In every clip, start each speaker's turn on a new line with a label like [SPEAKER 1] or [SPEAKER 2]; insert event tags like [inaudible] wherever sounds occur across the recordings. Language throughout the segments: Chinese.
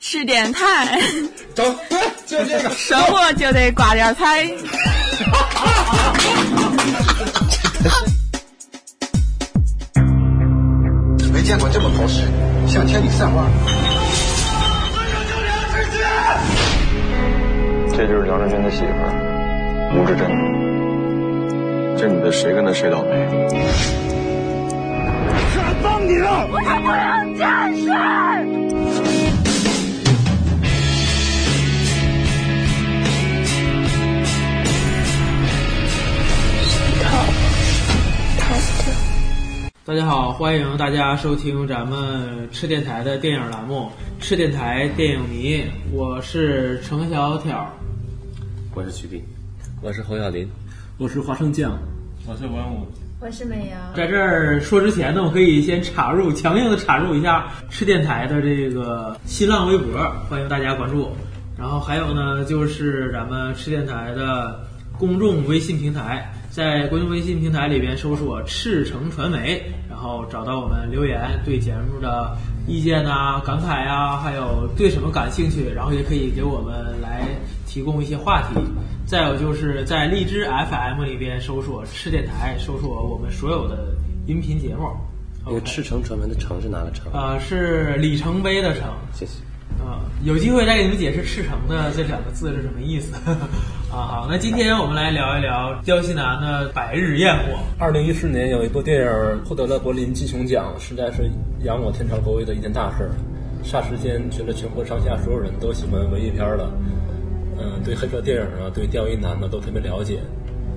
[SPEAKER 1] 吃点菜，
[SPEAKER 2] 走， [laughs] 对，就这个。
[SPEAKER 1] 生活就得挂点彩。
[SPEAKER 2] 没见过这么好使，向千里散花。
[SPEAKER 3] 这就是梁振军的媳妇儿，吴志珍。这女的谁跟他谁倒霉？
[SPEAKER 4] 大家好，欢迎大家收听咱们赤电台的电影栏目《赤电台电影迷》，我是程小挑。
[SPEAKER 5] 我是徐斌，
[SPEAKER 6] 我是侯小林，
[SPEAKER 5] 我是花生酱。
[SPEAKER 7] 我是美瑶，
[SPEAKER 4] 在这儿说之前呢，我可以先插入，强硬的插入一下赤电台的这个新浪微博，欢迎大家关注。然后还有呢，就是咱们赤电台的公众微信平台，在公众微信平台里边搜索“赤诚传媒”，然后找到我们留言，对节目的意见呐、感慨啊，还有对什么感兴趣，然后也可以给我们来提供一些话题。再有就是在荔枝 FM 里边搜索“赤电台”，搜索我们所有的音频节目。
[SPEAKER 6] 那个赤诚传闻的诚是哪个诚？
[SPEAKER 5] 啊
[SPEAKER 4] 呃，是里程碑的程。
[SPEAKER 6] 谢谢。
[SPEAKER 4] 啊，有机会再给你们解释“赤诚”的这两个字是什么意思。 [laughs] 啊，好，那今天我们来聊一聊刁西南的《百日焰火
[SPEAKER 5] 二零一四年有一部电影获得了柏林金熊奖，实在是扬我天朝国威的一件大事儿。霎时间，觉得全国上下所有人都喜欢文艺片儿了。嗯，对黑色电影啊，对刁亦男呢都特别了解。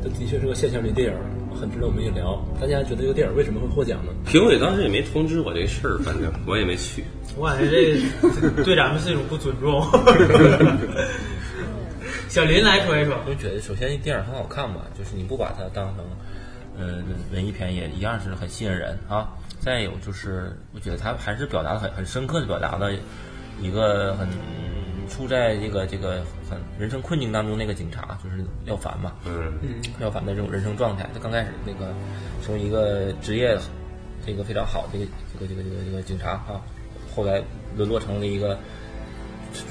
[SPEAKER 5] 这的确是个现象级电影，很值得我们一聊。大家觉得这个电影为什么会获奖呢？
[SPEAKER 6] 评委当时也没通知我这事儿，反正我也没去。”，
[SPEAKER 4] 我感觉这对咱们是一种不尊
[SPEAKER 5] [laughs]
[SPEAKER 4] 重。小林来说一说，
[SPEAKER 8] 就觉得首先电影很好看吧，就是你不把它当成呃文艺片，也一样是很吸引人啊。再有就是，我觉得它还是表达得很很深刻的表达了一个很处在这个这个很人生困境当中那个警察，就是廖凡嘛，
[SPEAKER 6] 嗯，
[SPEAKER 8] 廖凡的这种人生状态。他刚开始那个从一个职业这个非常好的一个这个这个这个这个警察啊，后来沦落成了一个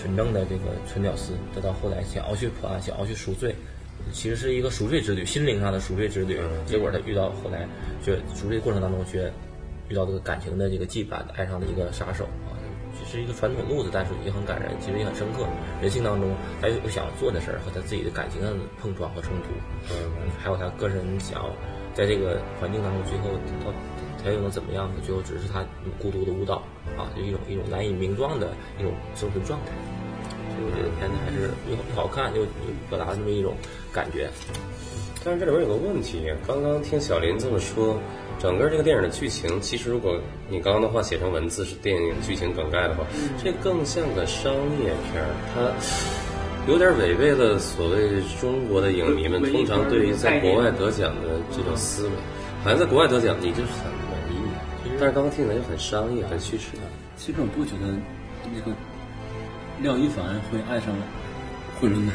[SPEAKER 8] 纯正的这个纯屌丝，再到后来想要去破案，想要去赎罪，其实是一个赎罪之旅，心灵上的赎罪之旅。结果他遇到后来，却赎罪过程当中却遇到这个感情的这个羁绊，爱上了一个杀手啊，这是一个传统路子，但是也很感人，其实也很深刻。人性当中他有想要做的事儿和他自己的感情上的碰撞和冲突，嗯，还有他个人想要在这个环境当中最后到。他又能怎么样呢？最后只是他孤独的舞蹈啊，就一种一种难以名状的一种生存状态。所以我觉得片子还是又又好看又又表达这么一种感觉。
[SPEAKER 6] 但是这里边有个问题，刚刚听小林这么说，整个这个电影的剧情，其实如果你刚刚的话写成文字是电影剧情梗概的话，这更像个商业片儿，它有点违背了所谓中国的影迷们通常对于在国外得奖的这种思维，好像在国外得奖你就是很文艺，但是刚刚听起来就很商业、很叙事。
[SPEAKER 5] 其实我不觉得那个廖一凡会爱上惠伦黑，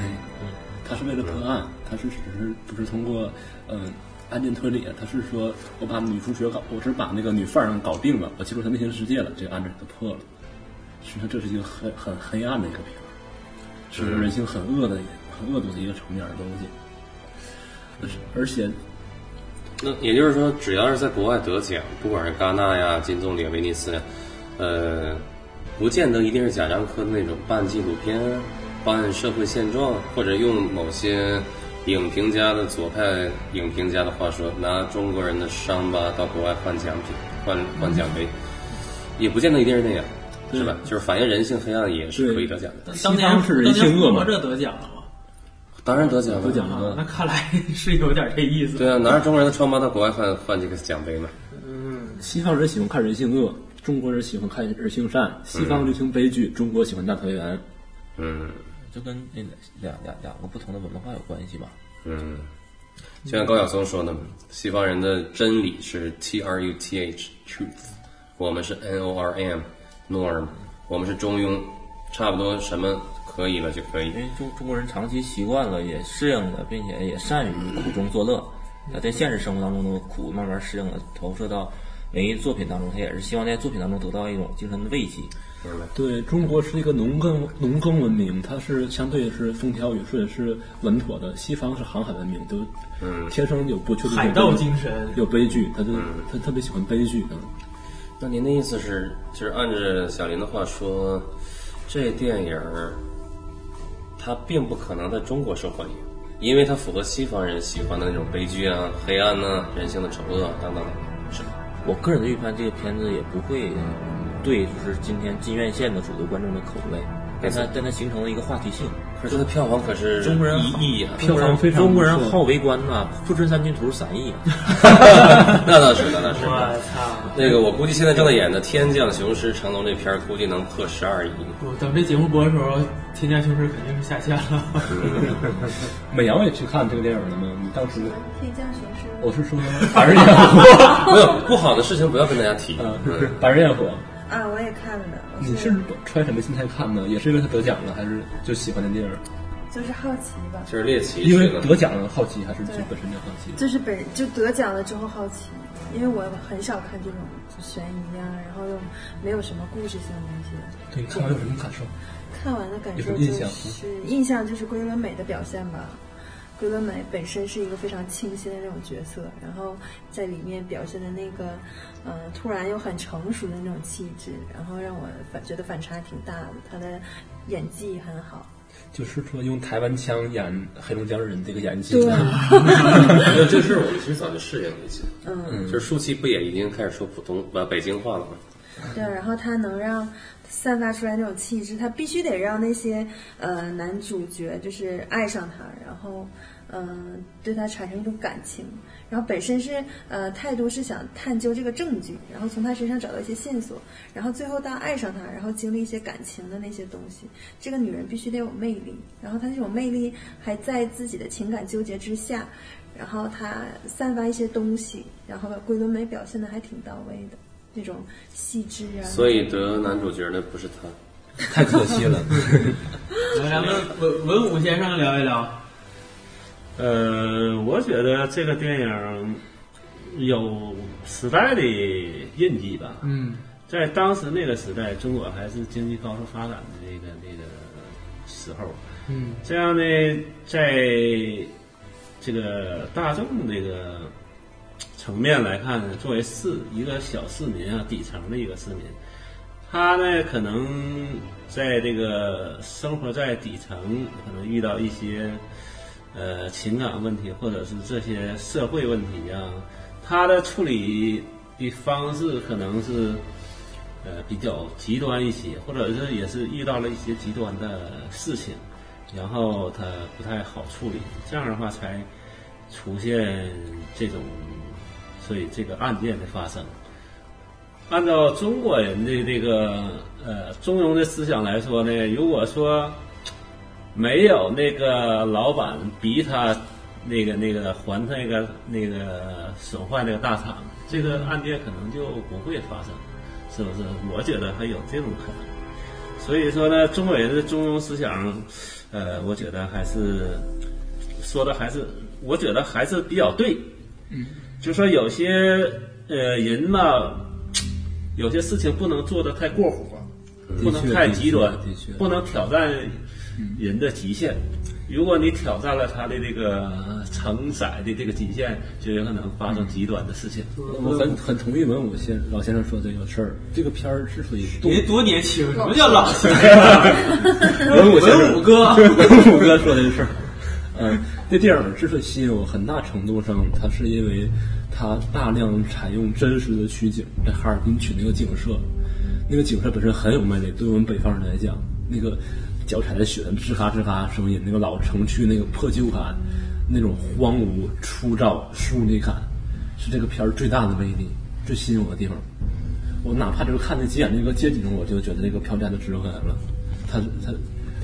[SPEAKER 5] 他是为了破案，他是只是不是通过嗯、案件推理，他是说我把女主角搞，我是把那个女犯人搞定了，我进入她内心世界了，这个案子就破了。实际上这是一个很很黑暗的一个片儿，是人性很恶的一个很恶毒的一个层面的东西。而且
[SPEAKER 6] 那也就是说，只要是在国外得奖，不管是戛纳呀、金棕榈、啊威尼斯呀，呃，不见得一定是贾樟柯的那种半纪录片、半社会现状，或者用某些影评家的左派影评家的话说，拿中国人的伤疤到国外换奖品、换换奖杯，也不见得一定是那样，是吧？就是反映人性黑暗也是可以得奖的，
[SPEAKER 4] 当
[SPEAKER 5] 西
[SPEAKER 4] 年
[SPEAKER 5] 方是人性
[SPEAKER 4] 活
[SPEAKER 5] 恶嘛嗯
[SPEAKER 4] 着得奖了吗？
[SPEAKER 6] 当然得奖了，得奖
[SPEAKER 4] 啊，那看来是有点这意思。
[SPEAKER 6] 对啊，拿着中国人的疮疤到国外换换这个奖杯嘛。
[SPEAKER 5] 西方人喜欢看人性恶，中国人喜欢看人性善，西
[SPEAKER 4] 嗯
[SPEAKER 5] 方流行悲剧，中国喜欢大团圆。
[SPEAKER 6] 嗯
[SPEAKER 8] 就跟那两两两个不同的文化有关系吧。
[SPEAKER 6] 嗯，就像高晓松说的，西方人的真理是 T R U T H truth，我们是 N O R M norm，我们是中庸，差不多什么可以了就可以
[SPEAKER 8] 因。为中中国人长期习惯了，也适应了，并且也善于苦中作乐。他在现实生活当中的苦慢慢适应了，投射到文艺作品当中，他也是希望在作品当中得到一种精神的慰藉。
[SPEAKER 6] 明白？
[SPEAKER 5] 对中国是一个农耕农耕文明，它是相对是风调雨顺，是稳妥的；西方是航海文明，都
[SPEAKER 6] 嗯
[SPEAKER 5] 天生有不确定
[SPEAKER 4] 海盗精神
[SPEAKER 5] 有悲剧，他就他特别喜欢悲剧啊。
[SPEAKER 6] 那您的意思是，就是按着小林的话说，这电影儿它并不可能在中国受欢迎，因为它符合西方人喜欢的那种悲剧啊、黑暗呐、人性的丑恶啊等等，是吧？
[SPEAKER 8] 我个人的预判，这个片子也不会对就是今天进院线的主流观众的口味，但它但它形成了一个话题性。
[SPEAKER 6] 可嗯是它的票房可是
[SPEAKER 8] 中国人好
[SPEAKER 6] 一亿啊！
[SPEAKER 5] 票房非常
[SPEAKER 8] 中国人
[SPEAKER 5] 不错
[SPEAKER 8] 好围观呐、不知三军图散役、啊。
[SPEAKER 6] [laughs]
[SPEAKER 8] [laughs]
[SPEAKER 6] 那倒是，那倒是。
[SPEAKER 4] 我操！
[SPEAKER 6] 那个，我估计现在正在演的《天降雄狮》成龙这片儿，估计能破十二亿。
[SPEAKER 4] 我等这节目播的时候，《天降雄狮》肯定是下线了。
[SPEAKER 5] 美羊也去看这个电影了吗？你当时
[SPEAKER 7] 天降雄狮，
[SPEAKER 5] 我是说 [laughs] 百日焰火，
[SPEAKER 6] 没有不好的事情不要跟大家提。
[SPEAKER 5] 嗯，百日焰火，
[SPEAKER 7] 啊，我也看了，我
[SPEAKER 5] 你 [laughs] 是揣什么心态看呢？也是因为他得奖了，还是就喜欢的电影？
[SPEAKER 7] 就是好奇吧，
[SPEAKER 6] 就是猎奇，
[SPEAKER 5] 因为
[SPEAKER 6] 是的
[SPEAKER 5] 得奖了好奇，还是就
[SPEAKER 7] 对
[SPEAKER 5] 本身就好奇？
[SPEAKER 7] 就是本就得奖了之后好奇，因为我很少看这种悬疑啊，然后又没有什么故事性的东西。
[SPEAKER 5] 对，看完有什么感受？
[SPEAKER 7] 看完的感
[SPEAKER 5] 有什
[SPEAKER 7] 受
[SPEAKER 5] 么
[SPEAKER 7] 就
[SPEAKER 5] 印象
[SPEAKER 7] 是印象就是龟纶镁的表现吧。龟纶镁本身是一个非常清新的那种角色，然后在里面表现的那个，呃，突然又很成熟的那种气质，然后让我反觉得反差挺大的。他的演技很好，
[SPEAKER 5] 就是说用台湾腔演黑龙江人这个演技，
[SPEAKER 7] 对，
[SPEAKER 6] 反正这事儿我其实早就适应了一些，
[SPEAKER 7] 嗯，
[SPEAKER 6] 就是舒淇不也已经开始说普通呃北京话了吗？
[SPEAKER 7] 对，然后他能让散发出来那种气质，他必须得让那些呃男主角就是爱上他，然后嗯、呃对他产生一种感情，然后本身是呃态度是想探究这个证据，然后从他身上找到一些线索，然后最后他爱上他，然后经历一些感情的那些东西，这个女人必须得有魅力，然后她这种魅力还在自己的情感纠结之下。然后她散发一些东西，然后龟纶镁表现的还挺到位的，那种细致啊。
[SPEAKER 6] 所以得男主角的不是他，
[SPEAKER 5] 太可惜了。
[SPEAKER 4] 来， [laughs] 咱们文文武先生聊一聊。
[SPEAKER 9] 呃，我觉得这个电影有时代的印记吧。
[SPEAKER 4] 嗯，
[SPEAKER 9] 在当时那个时代，中国还是经济高速发展的那个那个时候，
[SPEAKER 4] 嗯，
[SPEAKER 9] 这样呢，在这个大众这个层面来看呢，作为市一个小市民啊，底层的一个市民，他呢可能在这个生活在底层，可能遇到一些呃情感问题，或者是这些社会问题啊，他的处理的方式可能是。呃，比较极端一些，或者是也是遇到了一些极端的事情，然后它不太好处理，这样的话才出现这种，所以这个案件的发生。按照中国人的这个呃中庸的思想来说呢，如果说没有那个老板逼他那个那个还他那个那个损坏那个大厂，这个案件可能就不会发生，是不是？我觉得还有这种可能。所以说呢，中国人的中庸思想，呃，我觉得还是呃说的还是，我觉得还是比较对。就说有些呃人嘛，有些事情不能做的太过火，不能太极端
[SPEAKER 5] 嗯的确，
[SPEAKER 9] 不能挑战人的极限。如果你挑战了他的这个呃承载的这个极限，就有可能发生极端的事情。
[SPEAKER 5] 我很很同意文武先老先生说这个事儿。这个片儿之所以动，
[SPEAKER 4] 您多年轻，什么叫老先
[SPEAKER 5] 文武先生
[SPEAKER 4] 文武哥
[SPEAKER 5] 文武哥说的事儿。嗯，这电影之所以吸引我，很大程度上它是因为它大量采用真实的取景，在哈尔滨取那个景色，那个景色本身很有魅力。对我们北方人来讲，那个脚踩着雪的吱嘎吱嘎声音，那个老城区那个破旧感，那种荒芜、粗糙、疏离感，是这个片儿最大的魅力，最吸引我的地方。我哪怕就是看那几眼那个街景，我就觉得这个票价就值回来了。它它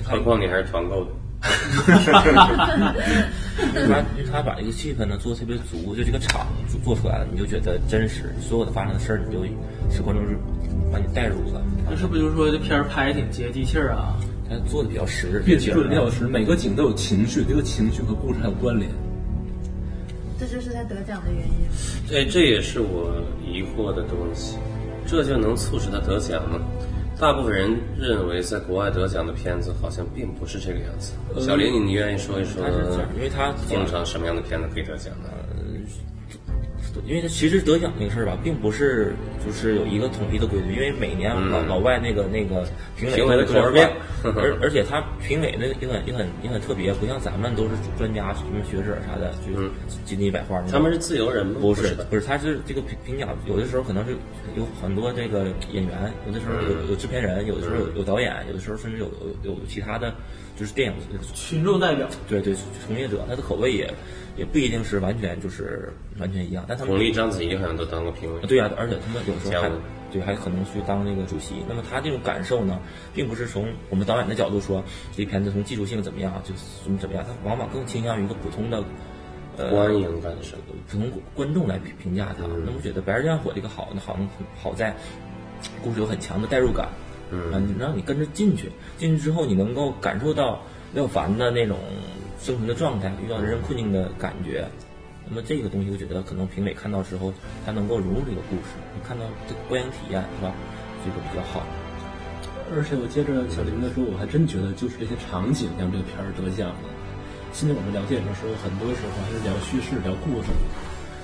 [SPEAKER 6] 何况你还是团购的。
[SPEAKER 8] [laughs] 他他把这个气氛呢做得特别足，就这个场做做出来了，你就觉得真实，所有的发生的事儿，你就使观众是把你带入了。
[SPEAKER 4] 那 [laughs] 是不是就是说这片儿拍得挺接地气儿啊？
[SPEAKER 8] 他做的比较实，
[SPEAKER 5] 越
[SPEAKER 8] 景
[SPEAKER 5] 准料时，每个景都有情绪，这个情绪和故事还有关联。
[SPEAKER 7] 这就是他得奖的原因。
[SPEAKER 6] 哎，这也是我疑惑的东西，这就能促使他得奖吗？大部分人认为在国外得奖的片子好像并不是这个样子。小林，你你愿意说一说
[SPEAKER 8] 他是这样，因为他
[SPEAKER 6] 通常什么样的片子可以得奖呢？
[SPEAKER 8] 因为它其实得奖这个事儿吧，并不是就是有一个统一的规律，因为每年老、
[SPEAKER 6] 嗯
[SPEAKER 8] 老外那个那个评委
[SPEAKER 6] 评委
[SPEAKER 8] 会的
[SPEAKER 6] 的
[SPEAKER 8] 口
[SPEAKER 6] 口味
[SPEAKER 8] 味变
[SPEAKER 6] 儿，吧 [laughs]
[SPEAKER 8] 而而且他评委那也很也很也很特别，不像咱们都是专家什么学者啥的，就是
[SPEAKER 6] 嗯
[SPEAKER 8] 金句百花那种。
[SPEAKER 6] 他们是自由人吗？
[SPEAKER 8] 不
[SPEAKER 6] 是
[SPEAKER 8] 是
[SPEAKER 6] 的，
[SPEAKER 8] 不是，他是这个评评奖，有的时候可能是有很多这个演员，有的时候
[SPEAKER 6] 嗯
[SPEAKER 8] 有有制片人，有的时候有有导演，有的时候甚至有有有其他的就是电影
[SPEAKER 4] 群众代表，
[SPEAKER 8] 对对从业者，他的口味也也不一定是完全就是完全一样，但他们
[SPEAKER 6] 巩俐、章子怡好像都当过评委。
[SPEAKER 8] 对呀、而且他们有时候还
[SPEAKER 6] 加入
[SPEAKER 8] 对还可能去当那个主席。那么他这种感受呢，并不是从我们导演的角度说这片子从技术性怎么样，啊就是怎么怎么样，他往往更倾向于一个普通的呃
[SPEAKER 6] 观影感受，
[SPEAKER 8] 普通观众来评评价它。那我觉得《白日焰火》这个好，呢，好好在故事有很强的代入感，
[SPEAKER 6] 嗯
[SPEAKER 8] 啊，你让你跟着进去，进去之后你能够感受到廖凡的那种生存的状态，遇到人生困境的感觉。那么这个东西，我觉得可能评委看到之后，他能够融入这个故事，你看到这个观影体验是吧？这个比较好。
[SPEAKER 5] 而且我接着小林的说，我还真觉得就是这些场景让这个片儿得奖了。现在我们聊电影的时候，很多时候还是聊叙事、聊故事，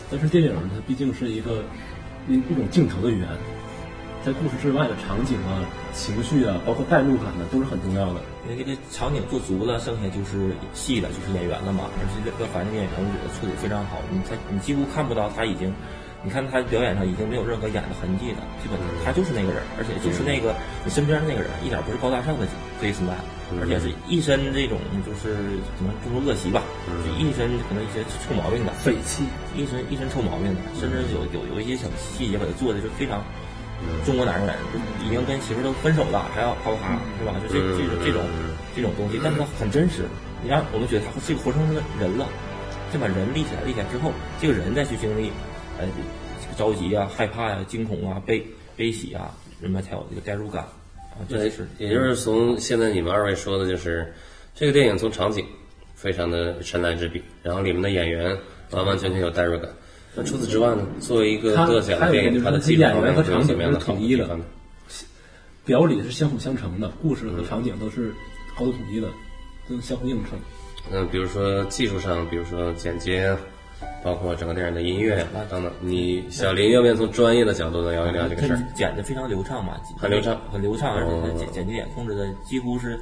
[SPEAKER 5] 但是电影它毕竟是一个一一种镜头的语言，在故事之外的场景啊、情绪啊，包括代入感呢，都是很重要的。
[SPEAKER 8] 因为这个场景做足了，剩下就是戏了，就是演员了嘛。而且这凡这个演员，我觉得处理非常好，你他你几乎看不到他已经，你看他表演上已经没有任何演的痕迹了，基本他就是那个人，而且就是那个你身边的那个人，一点不是高大上的 Jason
[SPEAKER 5] 嗯
[SPEAKER 8] 而且是一身这种就是可能诸如恶习吧，就一身可能一些臭毛病的，
[SPEAKER 5] 嗯匪气，嗯
[SPEAKER 8] 一身一身臭毛病的，甚至有有有一些小细节把他做的就非常中国男人，已经跟媳妇儿都分手了，还要啪啪啪，
[SPEAKER 5] 嗯
[SPEAKER 8] 是吧？就这这种这种这种东西，但是他很真实，你让我们觉得他是个活生生的人了。这把人立起来，立起来之后，这个人再去经历，呃，这个着急啊、害怕呀、惊恐啊、悲悲喜啊，人们才有这个代入感啊。这
[SPEAKER 6] 对
[SPEAKER 8] 是，
[SPEAKER 6] 也
[SPEAKER 5] 嗯
[SPEAKER 6] 就是从现在你们二位说的，就是这个电影从场景非常的神来之笔，然后里面的演员完完全全有代入感。那除此之外呢？作为一个
[SPEAKER 5] 它
[SPEAKER 6] 得奖
[SPEAKER 5] 还
[SPEAKER 6] 的
[SPEAKER 5] 有
[SPEAKER 6] 电
[SPEAKER 5] 一
[SPEAKER 6] 影，
[SPEAKER 5] 个就是
[SPEAKER 6] 它的技术
[SPEAKER 5] 演
[SPEAKER 6] 方面
[SPEAKER 5] 员和
[SPEAKER 6] 有
[SPEAKER 5] 场
[SPEAKER 6] 什
[SPEAKER 5] 景
[SPEAKER 6] 么样的
[SPEAKER 5] 是
[SPEAKER 6] 好
[SPEAKER 5] 统
[SPEAKER 6] 的
[SPEAKER 5] 一
[SPEAKER 6] 地
[SPEAKER 5] 的
[SPEAKER 6] 方呢？
[SPEAKER 5] 表里是相辅相成的，故事和场景都是高度统一的，都相互映衬。
[SPEAKER 6] 嗯，比如说技术上，比如说剪接啊，包括整个电影的音乐啊等等。你小林愿不愿意从专业的角度呢聊一聊这个事儿？
[SPEAKER 5] 嗯
[SPEAKER 8] 剪的非常流畅嘛，
[SPEAKER 6] 很流畅
[SPEAKER 8] 很流畅，而且
[SPEAKER 6] 嗯
[SPEAKER 8] 它剪剪辑也控制的几乎是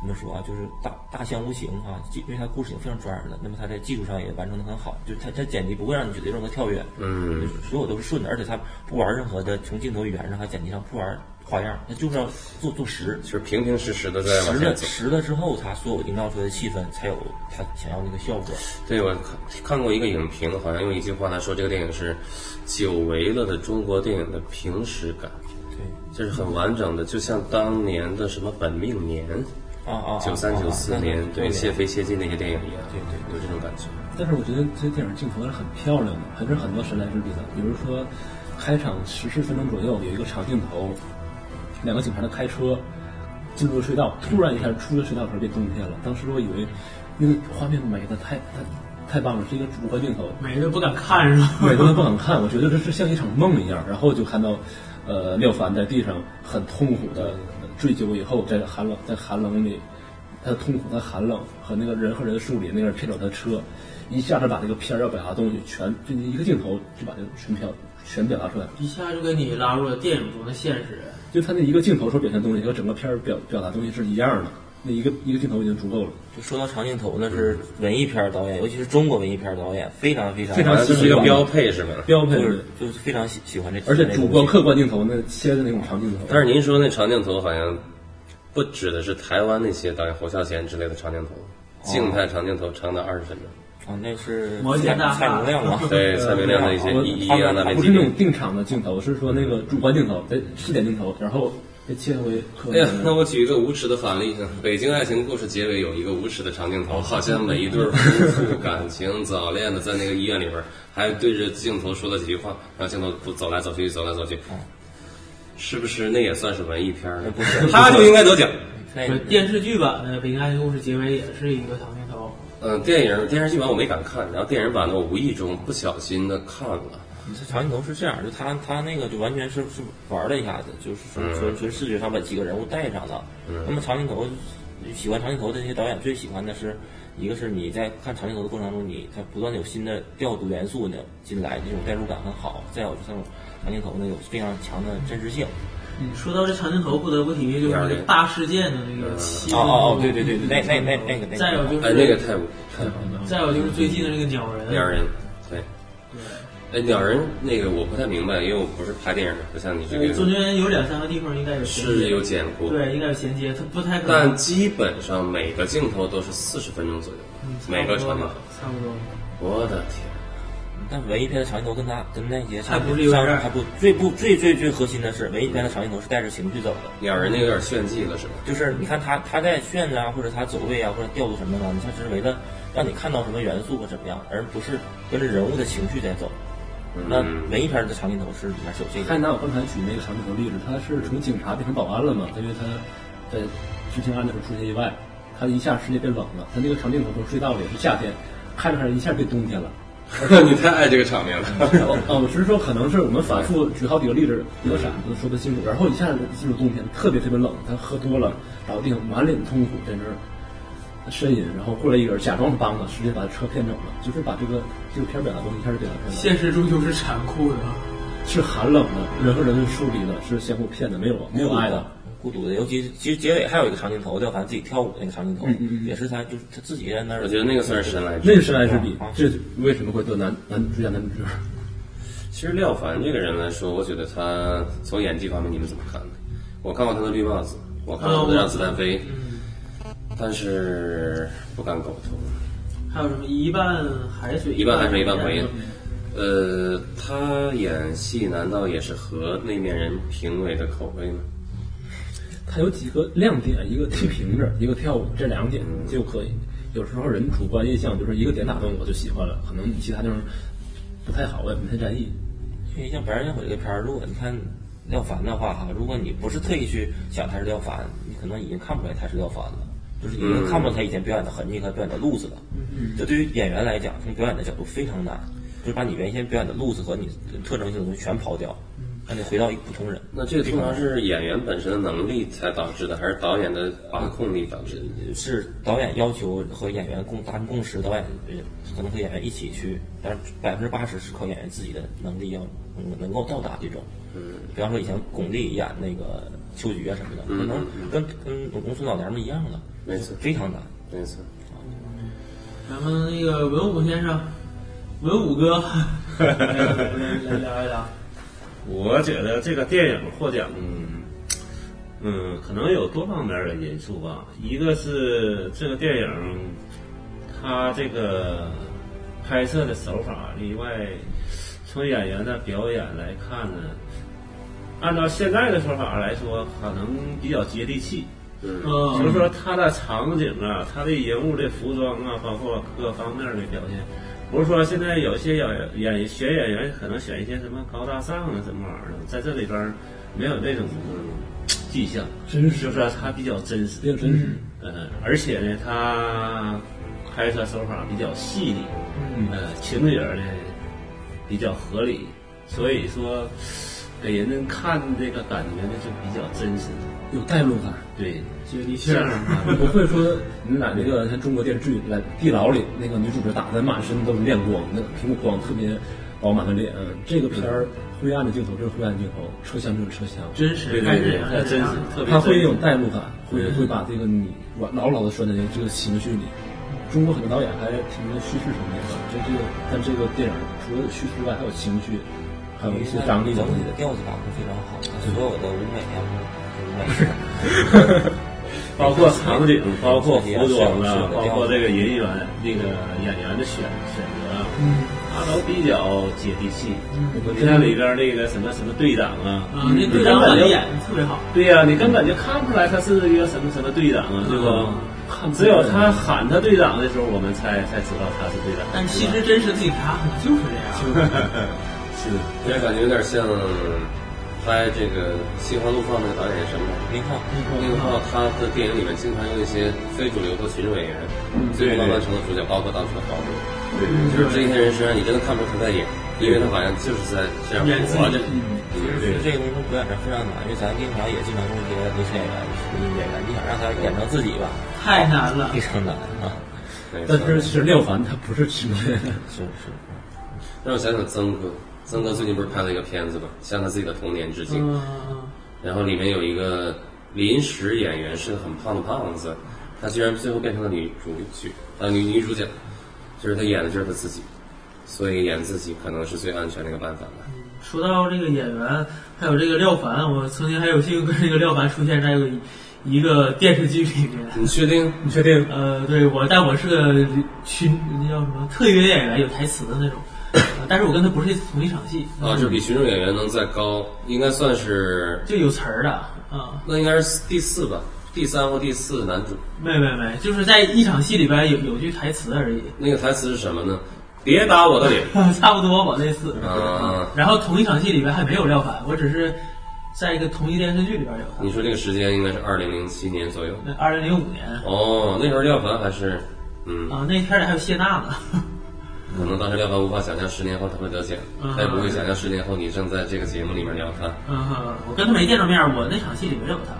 [SPEAKER 8] 怎么说啊，就是大大象无形啊，因为它故事已经非常抓人了，那么它在技术上也完成的很好，就是它它剪辑不会让你觉得有任何跳跃，
[SPEAKER 6] 嗯，
[SPEAKER 8] 所有都是顺的，而且它不玩任何的从镜头语言上和剪辑上不玩花样，它就是要做做实，
[SPEAKER 6] 就是平平实实的在往
[SPEAKER 8] 实
[SPEAKER 6] 前
[SPEAKER 8] 了
[SPEAKER 6] 走。
[SPEAKER 8] 实了之后，它所有营造出来的气氛才有它想要的一个效果。
[SPEAKER 6] 对，我看看过一个影评，好像用一句话来说，这个电影是久违了的中国电影的平实感，
[SPEAKER 8] 对，
[SPEAKER 6] 就是很完整的，就像当年的什么《本命年》
[SPEAKER 8] 啊啊，
[SPEAKER 6] 九三九四年，对谢
[SPEAKER 8] 谢
[SPEAKER 6] 飞谢晋那些电影一样，
[SPEAKER 8] 对对
[SPEAKER 6] 有这种感觉。
[SPEAKER 5] 但是我觉得这电影镜头还是很漂亮的，还是很多神来之笔的。比如说，开场十四分钟左右有一个长镜头，两个警察的开车进入隧道，突然一下出了隧道时候变冬天了。当时我以为那个画面美的太太太棒了，是一个主观镜头，
[SPEAKER 4] 美的不敢看是吧？
[SPEAKER 5] 美得不敢看。我觉得这是像一场梦一样。然后就看到，呃，廖凡在地上很痛苦的醉酒以后，在寒冷在寒冷里，他的痛苦，他寒冷和那个人和人的树林那个人骗走他的车，一下子把这个片儿要表达的东西全就一个镜头就把这个全表全表达出来了。
[SPEAKER 4] [laughs] 一下就给你拉入了电影中的现实。
[SPEAKER 5] 就他那一个镜头所表现的东西和整个片儿表表达的东西是一样的，那一个一个镜头已经足够了。
[SPEAKER 8] 就说到长镜头，那是
[SPEAKER 6] 嗯
[SPEAKER 8] 文艺片儿导演，尤其是中国文艺片儿导演，非常非常
[SPEAKER 5] 非常
[SPEAKER 6] 好像就是一个
[SPEAKER 5] 喜欢
[SPEAKER 6] 标配是吧？
[SPEAKER 5] 标配
[SPEAKER 8] 就是就是非常喜喜欢这，
[SPEAKER 5] 而且
[SPEAKER 8] 这
[SPEAKER 5] 主
[SPEAKER 8] 种
[SPEAKER 5] 观
[SPEAKER 8] 东西
[SPEAKER 5] 客观镜头那切的那种长镜头，
[SPEAKER 6] 但是您说那长镜头好像不指的是台湾那些导演侯孝贤之类的长镜头，静态长镜头长达二十分钟。
[SPEAKER 8] 啊，那是
[SPEAKER 4] 摩天大
[SPEAKER 8] 蔡
[SPEAKER 4] 厦
[SPEAKER 8] 明
[SPEAKER 4] [laughs]
[SPEAKER 8] 亮嘛，
[SPEAKER 6] 对，蔡明亮的一些
[SPEAKER 5] 我
[SPEAKER 6] 一一
[SPEAKER 5] 他
[SPEAKER 6] 样
[SPEAKER 5] 们
[SPEAKER 6] 的
[SPEAKER 5] 他
[SPEAKER 6] 那
[SPEAKER 5] 不
[SPEAKER 6] 几
[SPEAKER 5] 是那种
[SPEAKER 6] 点。
[SPEAKER 5] 定场的镜头，是说那个主观镜头，哎，试点镜头，然后再切回客
[SPEAKER 6] 哎
[SPEAKER 5] 观
[SPEAKER 6] 呀，
[SPEAKER 5] 镜
[SPEAKER 6] 那
[SPEAKER 5] 头。
[SPEAKER 6] 我举一个无耻的反例，《北京爱情故事》结尾有一个无耻的长镜头，好像每一对夫
[SPEAKER 4] [laughs]
[SPEAKER 6] 妇感情早恋的在那个医院里边儿，还对着镜头说了几句话，然后镜头不走来走去，走来走去，
[SPEAKER 4] 哦
[SPEAKER 6] 是不是那也算是文艺片
[SPEAKER 4] 哎
[SPEAKER 6] 儿呢？
[SPEAKER 8] 不是
[SPEAKER 6] 他就应该得奖。
[SPEAKER 8] 那
[SPEAKER 4] 对呃电视剧版的《北京爱情故事》结尾也是一个长镜头，
[SPEAKER 6] 嗯，电影电视剧版我没敢看，然后电影版呢，我无意中不小心的看了，
[SPEAKER 8] 这长镜头是这样，就他他那个就完全是是玩了一下子，就是说说说视觉上把几个人物带上了。那么长镜头喜欢长镜头的那些导演最喜欢的是，一个是你在看长镜头的过程当中，你它不断地有新的调度元素呢进来，这种代入感很好。再有就是那种长镜头呢有非常强的真实性。
[SPEAKER 4] 你说到这长镜头，不得不提就是那个大事件的那个七
[SPEAKER 8] 哦哦哦，对对对对，那那那那个那个。
[SPEAKER 4] 再有就是嗯
[SPEAKER 6] 哎，那个太太
[SPEAKER 4] 再有就是最近的那个鸟人，
[SPEAKER 6] 两人对。哎，鸟人那个我不太明白，因为我不是拍电影的，不像你这
[SPEAKER 4] 对，
[SPEAKER 6] 个
[SPEAKER 4] 中间呃有两三个地方应该有衔接
[SPEAKER 6] 是有剪过，
[SPEAKER 4] 对，应该有衔接，它不太可能
[SPEAKER 6] 但基本上每个镜头都是四十分钟左右，每个
[SPEAKER 4] 嗯差
[SPEAKER 6] 场
[SPEAKER 4] 不多。
[SPEAKER 6] 景
[SPEAKER 4] 差不多。
[SPEAKER 6] 我的天，
[SPEAKER 8] 但文艺片的长镜头跟他跟那些
[SPEAKER 4] 还不是一回事儿
[SPEAKER 8] 还不最不最最最核心的是，文艺片的长镜头是带着情绪走的。
[SPEAKER 6] 鸟人那个有点炫技了是吧？
[SPEAKER 8] 就是你看他他在炫子啊，或者他走位啊，或者调度什么的，你他只是为了让你看到什么元素或怎么样，而不是跟着人物的情绪在走。那
[SPEAKER 6] 嗯，
[SPEAKER 8] 文艺片的长镜头是里面是有这
[SPEAKER 5] 还
[SPEAKER 8] 个，
[SPEAKER 5] 拿我刚才举那个长镜头例子，他是从警察变成保安了嘛？因为他在执行案的时候出现意外，他一下世界变冷了。他那个长镜头从隧道里是夏天，看着看着一下变冬天了。
[SPEAKER 6] 你太爱这个场面
[SPEAKER 5] [laughs]
[SPEAKER 6] 了。
[SPEAKER 5] 然后啊，我只是说可能是我们反复举好几个例子，一个傻子说不清楚，然后一下子进入冬天，特别特别冷，他喝多了，然后地上满脸痛苦，在那儿呻吟，然后过来一个人假装是帮他，实际把车骗走了，就是把这个这个片儿表达东西一下就表达出来了，
[SPEAKER 4] 现实中就是残酷的，
[SPEAKER 5] 是寒冷的，人和人是疏离的，是相互骗的，没有没有爱的。
[SPEAKER 8] 孤独的。尤其其实结尾还有一个长镜头，廖凡自己跳舞那个长镜头，也是他就是他自己在那
[SPEAKER 6] 嗯
[SPEAKER 8] 儿。
[SPEAKER 6] 我觉得那个算是神来之
[SPEAKER 5] 那是爱之笔
[SPEAKER 8] 啊，
[SPEAKER 5] 这为什么会得男男最佳男主角？
[SPEAKER 6] 其实廖凡这个人来说，我觉得他从演技方面你们怎么看呢？我看过他的《绿帽子》，我看过他的《让子弹飞》，但是不敢苟同。
[SPEAKER 4] 还有什么一半海水，
[SPEAKER 6] 一半汗水一半回音。呃，他演戏难道也是合那面人评委的口味吗？
[SPEAKER 5] 他有几个亮点，一个踢瓶子，一个跳舞，这两点就可以。有时候人主观印象就是一个点打动我就喜欢了，可能你其他地方不太好，我也不太在意。
[SPEAKER 8] 因为像《白日焰火》这个片儿，如果你看廖凡的话哈，如果你不是特意去想他是廖凡，你可能已经看不出来他是廖凡了，就是已经看不到他以前表演的痕迹和表演的路子了。这对于演员来讲，从表演的角度非常难，就是把你原先表演的路子和你特征性的东西全刨掉，让你回到一个普通人。
[SPEAKER 6] 那这个通常是演员本身的能力才导致的，还是导演的把控力导致的？
[SPEAKER 8] 是导演要求和演员共达成共识，导演呃可能和演员一起去，但是百分之八十是靠演员自己的能力要能能够到达这种。嗯，比方说以前巩俐演那个秋菊啊什么的，可能跟跟农村老娘们一样了，
[SPEAKER 6] 嗯没错
[SPEAKER 8] 非常难。
[SPEAKER 6] 没错，
[SPEAKER 4] 咱们那个文武先生，文武哥，来来聊一聊。
[SPEAKER 9] 我觉得这个电影获奖，嗯，嗯，可能有多方面的因素吧。一个是这个电影，它这个拍摄的手法，另外从演员的表演来看呢，按照现在的说法来说，可能比较接地气。比如
[SPEAKER 4] 嗯，
[SPEAKER 9] 说它的场景啊，它的人物的服装啊，包括各方面的表现，不是说现在有些演员演选演员可能选一些什么高大上啊什么玩意儿的，在这里边儿没有那种迹象，
[SPEAKER 5] 真
[SPEAKER 9] 就是说它比较真实，
[SPEAKER 5] 这个真实，
[SPEAKER 9] 呃，而且呢，它拍摄手法比较细腻，呃，情节呢比较合理，所以说给人家看这个感觉呢就比较真实，
[SPEAKER 5] 有代入感，
[SPEAKER 9] 对，
[SPEAKER 4] 接地气
[SPEAKER 9] 像
[SPEAKER 4] 儿。
[SPEAKER 9] 啊。
[SPEAKER 5] 不会说你哪那个像中国电视剧里来地牢里那个女主角打的满身都是亮光，那个屏幕光特别饱满的脸。啊这个片儿灰暗的镜头就是灰暗镜头，车厢就是车厢，
[SPEAKER 4] 真实
[SPEAKER 9] 对
[SPEAKER 4] 看
[SPEAKER 9] 对
[SPEAKER 4] 这
[SPEAKER 9] 对，
[SPEAKER 4] 人
[SPEAKER 9] 还
[SPEAKER 4] 还是
[SPEAKER 9] 真
[SPEAKER 4] 这
[SPEAKER 9] 是
[SPEAKER 4] 样的
[SPEAKER 9] 特别真实，
[SPEAKER 5] 他会有代入感，会会把这个你牢牢牢的拴在这个情绪里。中国很多导演还停留在叙事层面吧，这这个但这个电影除了有叙事外，还有情绪，还有一些张力的
[SPEAKER 8] 整
[SPEAKER 5] 东
[SPEAKER 8] 体
[SPEAKER 5] 西
[SPEAKER 8] 的。调子把控非常好，它所有的舞美啊，舞美是
[SPEAKER 9] 包括场景，包括服装
[SPEAKER 8] 是有调
[SPEAKER 9] 啊，包
[SPEAKER 8] 子
[SPEAKER 9] 括这个人员、那个演员的选选择啊，他都比较接地气。你看里边那个什么什么队长啊，
[SPEAKER 4] 嗯，那队长
[SPEAKER 9] 根
[SPEAKER 4] 我
[SPEAKER 9] 本
[SPEAKER 4] 觉
[SPEAKER 9] 就
[SPEAKER 4] 得演的特别好。
[SPEAKER 9] 对呀、你根本就看不出来他是一个什么什么队长啊，对
[SPEAKER 8] [laughs]
[SPEAKER 9] 不？只有他喊他队长的时候，我们才才知道他是队长。
[SPEAKER 4] 但其实真实的警察可能就是这样。
[SPEAKER 6] 是，这感觉有点像拍这个《心花怒放》那个导演是什么？
[SPEAKER 8] 林浩，
[SPEAKER 6] 宁浩他的电影里面经常用一些非主流和群众演员，最后慢慢成了主角，包括当初的黄渤。就是这些人身上你真的看不出他在演，因为他好像就是在这样
[SPEAKER 4] 演自己
[SPEAKER 6] 活着。
[SPEAKER 8] 其实这个东西表演上非常难，因为咱经常也经常用一些临时演员、演员，你想让他演成自己吧，
[SPEAKER 4] 太难了
[SPEAKER 8] 非。常难啊，
[SPEAKER 6] 对
[SPEAKER 5] 但是是廖凡，他不是直接的。
[SPEAKER 8] 是是。
[SPEAKER 6] 让我想想曾哥，曾哥最近不是拍了一个片子嘛，向他自己的童年致敬。
[SPEAKER 4] 嗯，
[SPEAKER 6] 然后里面有一个临时演员是个很胖的胖子，他居然最后变成了女主角，呃，女女主角，就是他演的就是他自己，所以演自己可能是最安全的一个办法吧。
[SPEAKER 4] 说到这个演员，还有这个廖凡，我曾经还有幸跟这个廖凡出现在一个一个电视剧里面。
[SPEAKER 6] 你确定？
[SPEAKER 5] 你确定？
[SPEAKER 4] 呃，对我，但我是个群，那叫什么特约演员，有台词的那种。呃但是我跟他不是同一场戏，
[SPEAKER 6] 啊，这比群众演员能再高，应该算是
[SPEAKER 4] 就有词儿的啊。
[SPEAKER 6] 那应该是第四吧，第三或第四男主。
[SPEAKER 4] 没没没，就是在一场戏里边有有句台词而已，
[SPEAKER 6] 那个台词是什么呢？别打我的脸
[SPEAKER 4] 差不多吧类似。
[SPEAKER 6] 啊！
[SPEAKER 4] 然后同一场戏里边还没有廖凡，我只是在一个同一电视剧里边有
[SPEAKER 6] 你说那个时间应该是二零零七年左右。
[SPEAKER 4] 他。二零零五年
[SPEAKER 6] 哦，那时候廖凡还是，嗯，
[SPEAKER 4] 啊，那片儿里还有谢娜呢。
[SPEAKER 6] 可能当时廖凡无法想象十年后他会得奖，
[SPEAKER 4] 嗯
[SPEAKER 6] 他也不会想象十年后你正在这个节目里面聊他。
[SPEAKER 4] 嗯哼，我跟他没见着面，我那场戏里没有他，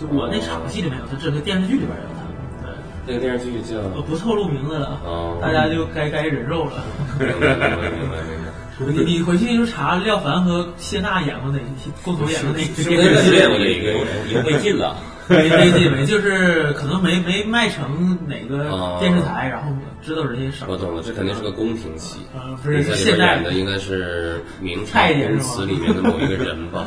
[SPEAKER 4] 就我那场戏里没有他，只是电视剧里边有他。对，
[SPEAKER 6] 那个电视剧叫……
[SPEAKER 4] 我不透露名字了，
[SPEAKER 6] 哦
[SPEAKER 4] 大家就该该忍受了。
[SPEAKER 6] 明白明白明白明白。
[SPEAKER 4] 你你回去就查廖凡和谢娜演过哪一戏，共同演过哪一戏？
[SPEAKER 6] 那个系列我也
[SPEAKER 8] 有有被禁了，
[SPEAKER 4] 没没记没，就是可能没没卖成哪个
[SPEAKER 6] 哦
[SPEAKER 4] 电视台，然后知道人家少。
[SPEAKER 6] 我懂了，这肯定是个宫廷戏。
[SPEAKER 4] 呃，不
[SPEAKER 6] 你
[SPEAKER 4] 是
[SPEAKER 6] 在
[SPEAKER 4] 现
[SPEAKER 6] 里面演
[SPEAKER 4] 代
[SPEAKER 6] 的应该是明朝
[SPEAKER 4] 差一点
[SPEAKER 6] 宫
[SPEAKER 4] 是吗
[SPEAKER 6] 词里面的某一个人吧？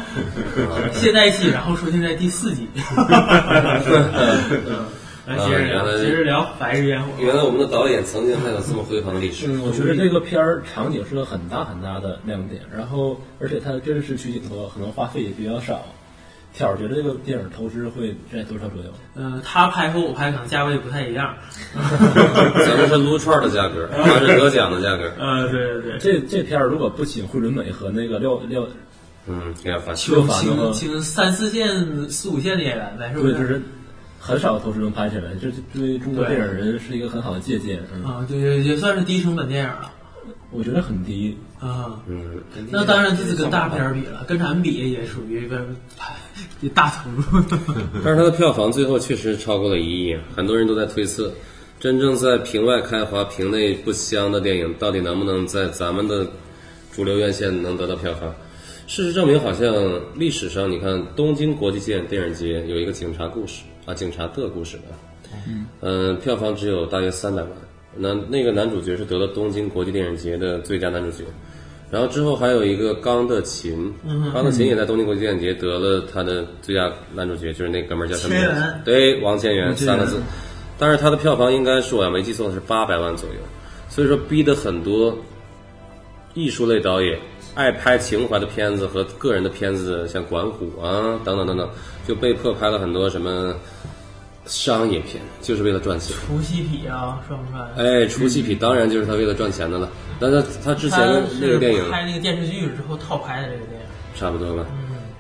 [SPEAKER 6] [laughs]
[SPEAKER 4] 现代戏，然后出现在第四集。嗯来接着聊，接着聊《白日焰火》。
[SPEAKER 6] 原来我们的导演曾经还有这么辉煌的历史。
[SPEAKER 5] 嗯，我觉得这个片儿场景是个很大很大的亮点，然后而且它的真实取景和可能花费也比较少。挑儿觉得这个电影投资会在多少左右？
[SPEAKER 4] 嗯，他拍和我拍可能价位不太一
[SPEAKER 6] [laughs]
[SPEAKER 4] 样。
[SPEAKER 6] 咱们是撸串的价格，他是得奖的价格。
[SPEAKER 4] 呃，对对对，
[SPEAKER 5] 这这片儿如果不请惠伦美和那个廖廖，
[SPEAKER 6] 嗯，有点烦。
[SPEAKER 5] 邱
[SPEAKER 4] 请
[SPEAKER 5] 凡的话
[SPEAKER 4] 请请三四线、四五线的演员呗，是不？
[SPEAKER 5] 对，就是是很少投资能拍起来，这对中国电影人是一个很好的借鉴。嗯，
[SPEAKER 4] 啊，对对，也算是低成本电影了。
[SPEAKER 5] 我觉得很低，
[SPEAKER 4] 啊，
[SPEAKER 6] 嗯，
[SPEAKER 4] 那当然就是跟大片儿比了，跟咱们比也属于一个也大投入。
[SPEAKER 6] [laughs] 但是它的票房最后确实超过了一亿，啊很多人都在推测，真正在屏外开花、屏内不香的电影，到底能不能在咱们的主流院线能得到票房？事实证明，好像历史上你看东京国际电电影节有一个警察故事啊，警察的故事啊，嗯，票房只有大约三百万。那那个男主角是得了东京国际电影节的最佳男主角，然后之后还有一个钢的琴，钢的琴也在东京国际电影节得了他的最佳男主角，就是那哥们儿叫什么名
[SPEAKER 4] 千
[SPEAKER 6] 字
[SPEAKER 4] 源？
[SPEAKER 6] 对，王千源三个字。但是他的票房应该是我要没记错是八百万左右，所以说逼得很多艺术类导演爱拍情怀的片子和个人的片子，像管虎啊等等等等，就被迫拍了很多什么商业片，就是为了赚钱。
[SPEAKER 4] 除夕匹啊，算不算？
[SPEAKER 6] 哎，除夕匹当然就是他为了赚钱的了。但他他之前
[SPEAKER 4] 他
[SPEAKER 6] 呃的那
[SPEAKER 4] 是
[SPEAKER 6] 个电影
[SPEAKER 4] 拍那个电视剧之后套拍的这个电影。
[SPEAKER 6] 差不多吧，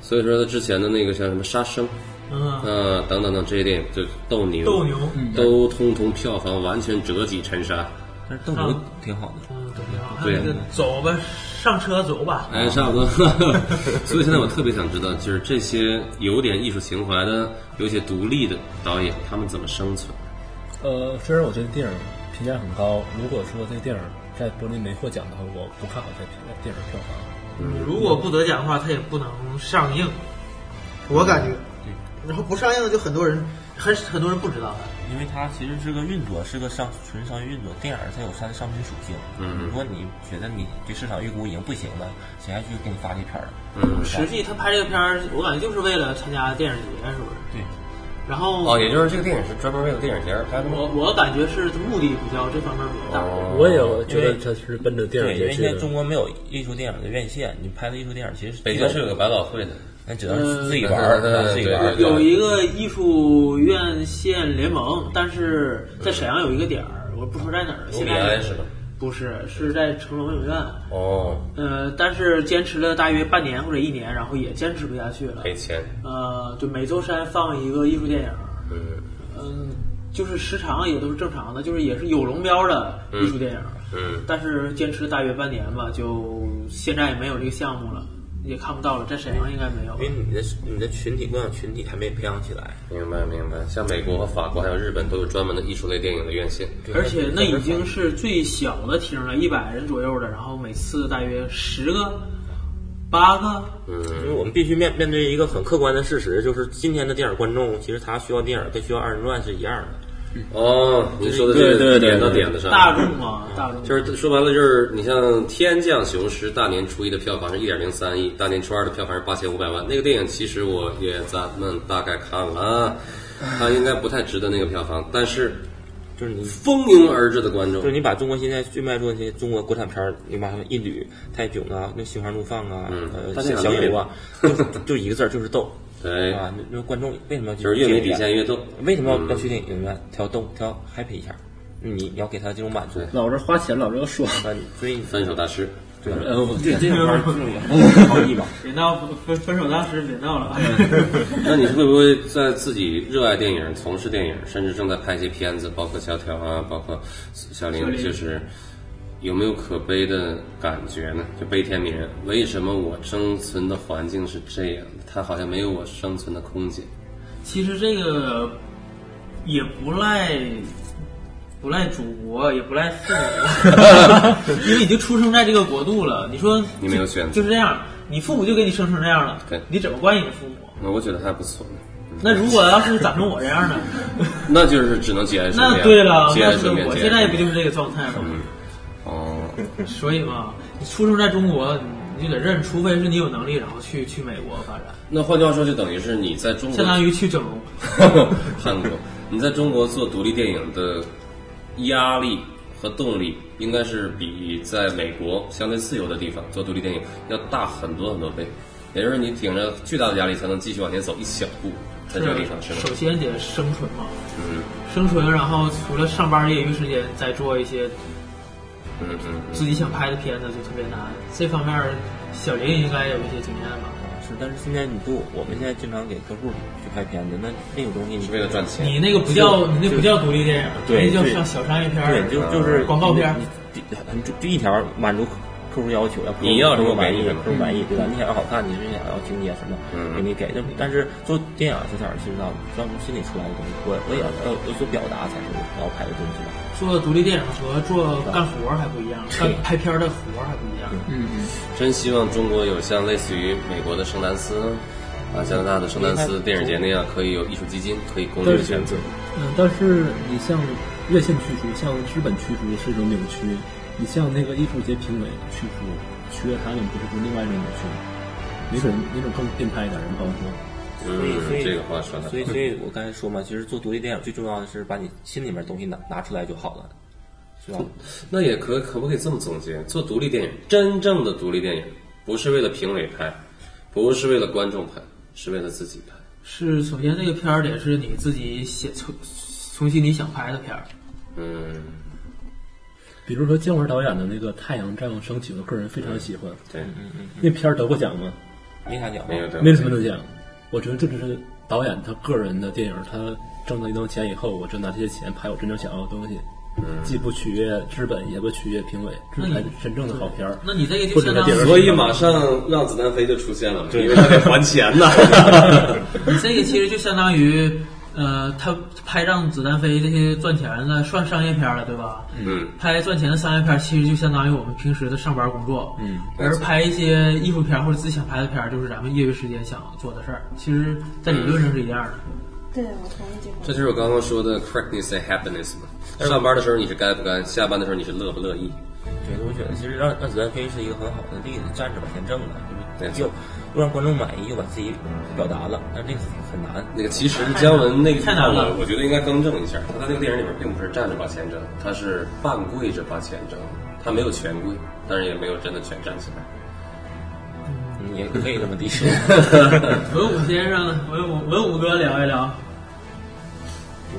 [SPEAKER 6] 所以说他之前的那个像什么《杀生》
[SPEAKER 4] 嗯，
[SPEAKER 6] 呃等等等这些电影，就斗牛，嗯
[SPEAKER 4] 斗牛，
[SPEAKER 6] 都通通票房完全折戟沉沙。
[SPEAKER 8] 但是邓牛挺好的，
[SPEAKER 4] 嗯，斗牛。还
[SPEAKER 6] 对
[SPEAKER 4] 有那个走吧，上车走吧。
[SPEAKER 6] 哎，差不多。 [laughs] 所以现在我特别想知道，就是这些有点艺术情怀的、有些独立的导演，他们怎么生存？
[SPEAKER 5] 呃，虽然我觉得电影评价很高，如果说这电影在柏林没获奖的话，我不看好这电影票房。
[SPEAKER 6] 嗯
[SPEAKER 4] 如果不得奖的话，他也不能上映，嗯我感觉。然后不上映，就很多人，很很多人不知道它。
[SPEAKER 8] 因为它其实是个运作，是个商纯商业运作。电影它有它的商品属性，
[SPEAKER 6] 嗯
[SPEAKER 8] 如果你觉得你对市场预估已经不行了，谁还去给你发这片儿？
[SPEAKER 6] 嗯，
[SPEAKER 4] 实际他拍这个片儿，我感觉就是为了参加电影节，是不是？
[SPEAKER 8] 对。
[SPEAKER 4] 然后
[SPEAKER 6] 哦，也就是这个电影是专门为了电影节而拍的吗
[SPEAKER 4] 我？我感觉是目的比较这方面比较大。
[SPEAKER 6] 哦
[SPEAKER 5] 我也觉得他是奔着电
[SPEAKER 8] 对，因
[SPEAKER 5] 影节
[SPEAKER 8] 为
[SPEAKER 5] 去
[SPEAKER 8] 现在
[SPEAKER 5] 的。
[SPEAKER 8] 中国没有艺术电影的院线，你拍的艺术电影其实
[SPEAKER 6] 北京是有个百老汇的，
[SPEAKER 8] 那只能是自己玩儿，
[SPEAKER 6] 嗯
[SPEAKER 8] 自己玩
[SPEAKER 6] 对
[SPEAKER 8] 儿。
[SPEAKER 6] 对
[SPEAKER 4] 有一个艺术院线联盟，但是在沈阳有一个点儿，我不说在哪儿了。
[SPEAKER 6] 卢
[SPEAKER 4] 现
[SPEAKER 6] 比
[SPEAKER 4] 在
[SPEAKER 6] 埃是吧？
[SPEAKER 4] 不是，是在成龙影院，
[SPEAKER 6] 哦，
[SPEAKER 4] 呃，但是坚持了大约半年或者一年，然后也坚持不下去了。
[SPEAKER 6] 赔钱，
[SPEAKER 4] 呃，就每周三放一个艺术电影，
[SPEAKER 6] 嗯
[SPEAKER 4] 嗯，就是时长也都是正常的，就是也是有龙标的艺术电影，
[SPEAKER 6] 嗯，
[SPEAKER 4] 但是坚持了大约半年吧，就现在也没有这个项目了，也看不到了，在沈阳应该没有
[SPEAKER 8] 因。为你的你的群体观赏群体还没培养起来，
[SPEAKER 6] 明白明白。像美国和法国还有日本都有专门的艺术类电影的院线，
[SPEAKER 4] 而且那已经是最小的厅了，一百人左右的，然后每次大约十个、八
[SPEAKER 6] 啊
[SPEAKER 4] 个，
[SPEAKER 6] 嗯
[SPEAKER 8] 因为我们必须面面对一个很客观的事实，就是今天的电影观众其实他需要电影跟需要二人转是一样的，
[SPEAKER 6] 哦，你说的这
[SPEAKER 5] 对
[SPEAKER 6] 个
[SPEAKER 5] 对对
[SPEAKER 6] 点到
[SPEAKER 5] 对
[SPEAKER 6] 点子上，
[SPEAKER 4] 大众
[SPEAKER 6] [laughs]
[SPEAKER 4] 嘛，大众
[SPEAKER 6] 就是说白了，就是你像《天降雄狮》，大年初一的票房是一点零三亿，大年初二的票房是八千五百万。那个电影其实我也咱们大概看了啊，它应该不太值得那个票房，但是
[SPEAKER 8] 就是你
[SPEAKER 6] 蜂拥而至的观众
[SPEAKER 8] 就是，你把中国现在最卖座的那些中国国产片儿，你往上一捋，《太囧》啊，那《心花怒放》啊，
[SPEAKER 6] 嗯
[SPEAKER 8] 呃，
[SPEAKER 6] 大
[SPEAKER 8] 像
[SPEAKER 6] 家
[SPEAKER 8] 小
[SPEAKER 6] 想 [laughs]
[SPEAKER 8] 友啊，就就一个字儿就是逗，
[SPEAKER 6] 对，
[SPEAKER 8] 啊，那那观众为什么要去
[SPEAKER 6] 哎就是越没
[SPEAKER 8] 电影
[SPEAKER 6] 底嗯
[SPEAKER 8] 院
[SPEAKER 6] 线越逗。
[SPEAKER 8] 为什么要要去电影院挑逗挑 happy 一下？你你要给他这种满足
[SPEAKER 6] 对，
[SPEAKER 5] 老子花钱，老子要爽。
[SPEAKER 8] 那你所以
[SPEAKER 6] 分手大师，
[SPEAKER 8] 对
[SPEAKER 5] 呃，我这
[SPEAKER 4] 这
[SPEAKER 5] 个
[SPEAKER 4] 个
[SPEAKER 5] [laughs]
[SPEAKER 8] 不好意吧？
[SPEAKER 4] 别闹分分手当时别闹了啊。
[SPEAKER 6] 嗯 [laughs] 那你会不会在自己热爱电影、从事电影，甚至正在拍一些片子，包括萧条啊，包括小
[SPEAKER 4] 小
[SPEAKER 6] 林，
[SPEAKER 4] 林
[SPEAKER 6] 就是有没有可悲的感觉呢？就悲天悯人，为什么我生存的环境是这样？它好像没有我生存的空间。
[SPEAKER 4] [laughs] 其实这个也不赖，不赖祖国，也不赖父母， [laughs] 因为你就出生在这个国度了。你说
[SPEAKER 6] 你没有选择
[SPEAKER 4] 就是这样，你父母就给你生成这样了
[SPEAKER 6] 对，
[SPEAKER 4] 你怎么怪你的父母？
[SPEAKER 6] 那我觉得还不错，
[SPEAKER 4] 那如果要是长成我这
[SPEAKER 6] [laughs]
[SPEAKER 4] 样的，
[SPEAKER 6] 那就是只能节哀顺
[SPEAKER 4] 那
[SPEAKER 6] 变。
[SPEAKER 4] 对了，
[SPEAKER 6] 节
[SPEAKER 4] 那
[SPEAKER 6] 哀
[SPEAKER 4] 是
[SPEAKER 6] 顺变。
[SPEAKER 4] 我
[SPEAKER 6] 节哀
[SPEAKER 4] 现在
[SPEAKER 6] 顺
[SPEAKER 4] 不
[SPEAKER 6] 变
[SPEAKER 4] 就是这个状态
[SPEAKER 6] 嗯
[SPEAKER 4] 吗？
[SPEAKER 6] 哦，
[SPEAKER 4] 所以嘛，你出生在中国，你就得认，除非是你有能力，然后去去美国发展，
[SPEAKER 6] 那换句话说，就等于是你在中国
[SPEAKER 4] 相当于去整容。
[SPEAKER 6] [laughs] 韩国，你在中国做独立电影的压力和动力，应该是比在美国相对自由的地方做独立电影要大很多很多倍。也就是你顶着巨大的压力，才能继续往前走一小步，在这个地方
[SPEAKER 8] 啊
[SPEAKER 6] 是
[SPEAKER 4] 首
[SPEAKER 6] 吗？
[SPEAKER 4] 先得生存嘛，
[SPEAKER 6] 嗯
[SPEAKER 4] 生存，然后除了上班业余时间，再做一些
[SPEAKER 6] 嗯嗯嗯，
[SPEAKER 4] 自己想拍的片子，就特别难。这方面，小林应该有一些经验吧？
[SPEAKER 8] 是，但是现在你不，我们现在经常给客户去拍片子，那那种东西你
[SPEAKER 6] 是为了赚钱。
[SPEAKER 4] 你那个不叫你那不叫独立电影，
[SPEAKER 8] 对
[SPEAKER 4] 那叫
[SPEAKER 8] 对
[SPEAKER 4] 像小商业片
[SPEAKER 8] 对
[SPEAKER 4] 儿，，呃
[SPEAKER 8] 就就是
[SPEAKER 4] 广告片儿
[SPEAKER 8] 你你很就就一条满足客客户要求，要
[SPEAKER 6] 你要
[SPEAKER 8] 客
[SPEAKER 6] 什
[SPEAKER 8] 户
[SPEAKER 6] 么
[SPEAKER 8] 满
[SPEAKER 6] 给
[SPEAKER 8] 意，
[SPEAKER 6] 你什么
[SPEAKER 8] 客户满意，对吧？你嗯想要好看，你是想要情节什么，
[SPEAKER 6] 嗯
[SPEAKER 8] 给你给。但但是做电影这点儿，其实上要从心里出来的东西，我我也要要有所表达才是我要拍的东西吧。
[SPEAKER 4] 做独立电影和做干活儿还不一样，
[SPEAKER 8] 是
[SPEAKER 4] 干拍片儿的活儿还不一样。
[SPEAKER 6] 真希望中国有像类似于美国的圣丹斯啊、加拿大的圣丹斯电影节那样，可以有艺术基金，可以供这个选择。
[SPEAKER 5] 嗯，但是你像院线驱逐，像资本驱逐是一种扭曲，你像那个艺术节评委驱逐，取悦他们不是就另外一种扭曲吗？哪种哪种更变态一点？人包说，
[SPEAKER 8] 所以
[SPEAKER 6] 嗯，
[SPEAKER 8] 所以
[SPEAKER 6] 这个话说的
[SPEAKER 8] 所以所以我刚才说嘛，其实做独立电影最重要的是把你心里面的东西拿拿出来就好了，是吧？
[SPEAKER 6] 那也可可不可以这么总结？做独立电影，真正的独立电影，不是为了评委拍，不是为了观众拍，是为了自己拍。
[SPEAKER 4] 是，首先这个片儿得是你自己写从从心里想拍的片儿，
[SPEAKER 6] 嗯，
[SPEAKER 5] 比如说姜文导演的那个《太阳照样升起》，我个人非常喜欢，
[SPEAKER 6] 对，
[SPEAKER 5] 那片儿得过奖吗？
[SPEAKER 8] 没啥讲，
[SPEAKER 6] 没有的，
[SPEAKER 5] 没什么得奖，我觉得这就是导演他个人的电影，他挣了一顿钱以后，我就拿这些钱拍我真正想要的东西，既不取悦资本，也不取悦评委，这才是真正的好片儿。
[SPEAKER 4] 那你这个就
[SPEAKER 5] 或者
[SPEAKER 4] 相
[SPEAKER 5] 在
[SPEAKER 4] 当
[SPEAKER 5] 电
[SPEAKER 4] 于
[SPEAKER 5] 视
[SPEAKER 6] 所以马上让子弹飞就出现了，因为他得还钱呐。
[SPEAKER 4] 你这个其实就相当于，呃，他拍让子弹飞这些赚钱的算商业片儿了，对吧？
[SPEAKER 6] 嗯，
[SPEAKER 4] 拍赚钱的商业片儿其实就相当于我们平时的上班工作，嗯，而拍一些艺术片儿或者自己想拍的片儿，就是咱们业余时间想做的事儿。其实，在理论上是一样的。
[SPEAKER 7] 对，我同意这块。
[SPEAKER 6] 这就是我刚刚说的 correctness and happiness 嘛。上班的时候你是该不该，下班的时候你是乐不乐意？
[SPEAKER 8] 对，我觉得其实让让子弹飞是一个很好的例子，站着往前挣了，就
[SPEAKER 6] 对
[SPEAKER 8] 是又又让观众满意，又把自己表达了，但是这个很难。
[SPEAKER 6] 那个其实姜文那个
[SPEAKER 4] 太难了
[SPEAKER 6] 我我觉得应该更正一下，他在那个电影里面并不是站着把钱挣，他是半跪着把钱挣，他没有全跪，但是也没有真的全站起来。
[SPEAKER 8] 嗯也可以这
[SPEAKER 4] [laughs]
[SPEAKER 8] 么地说。
[SPEAKER 4] 文武先生呢？文武文武哥聊一聊。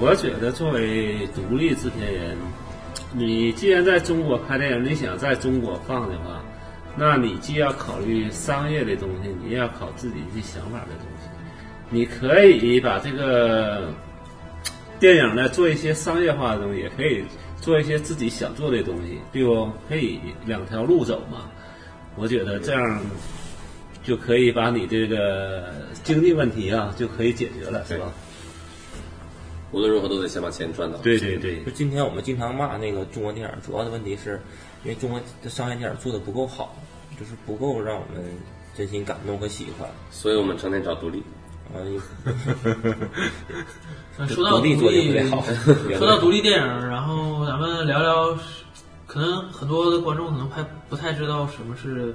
[SPEAKER 9] 我觉得作为独立制片人，你既然在中国拍电影，你想在中国放的话，那你既要考虑商业的东西，你也要考自己的想法的东西。你可以把这个电影呢做一些商业化的东西，也可以做一些自己想做的东西，对不？可以两条路走嘛。我觉得这样就可以把你这个经济问题啊就可以解决了，是吧？
[SPEAKER 6] 无论如何都得先把钱赚到。
[SPEAKER 9] 对对对
[SPEAKER 8] 就今天我们经常骂那个中国电影，主要的问题是因为中国的商业电影做的不够好，就是不够让我们真心感动和喜欢。
[SPEAKER 6] 所以我们成天找独立。
[SPEAKER 8] 啊，
[SPEAKER 4] [laughs] 啊说到独
[SPEAKER 8] 立
[SPEAKER 4] 立，
[SPEAKER 8] 做的不太
[SPEAKER 4] [laughs]
[SPEAKER 8] 好。
[SPEAKER 4] 说到独立电影，然后咱们聊聊，可能很多的观众可能还不太知道什么是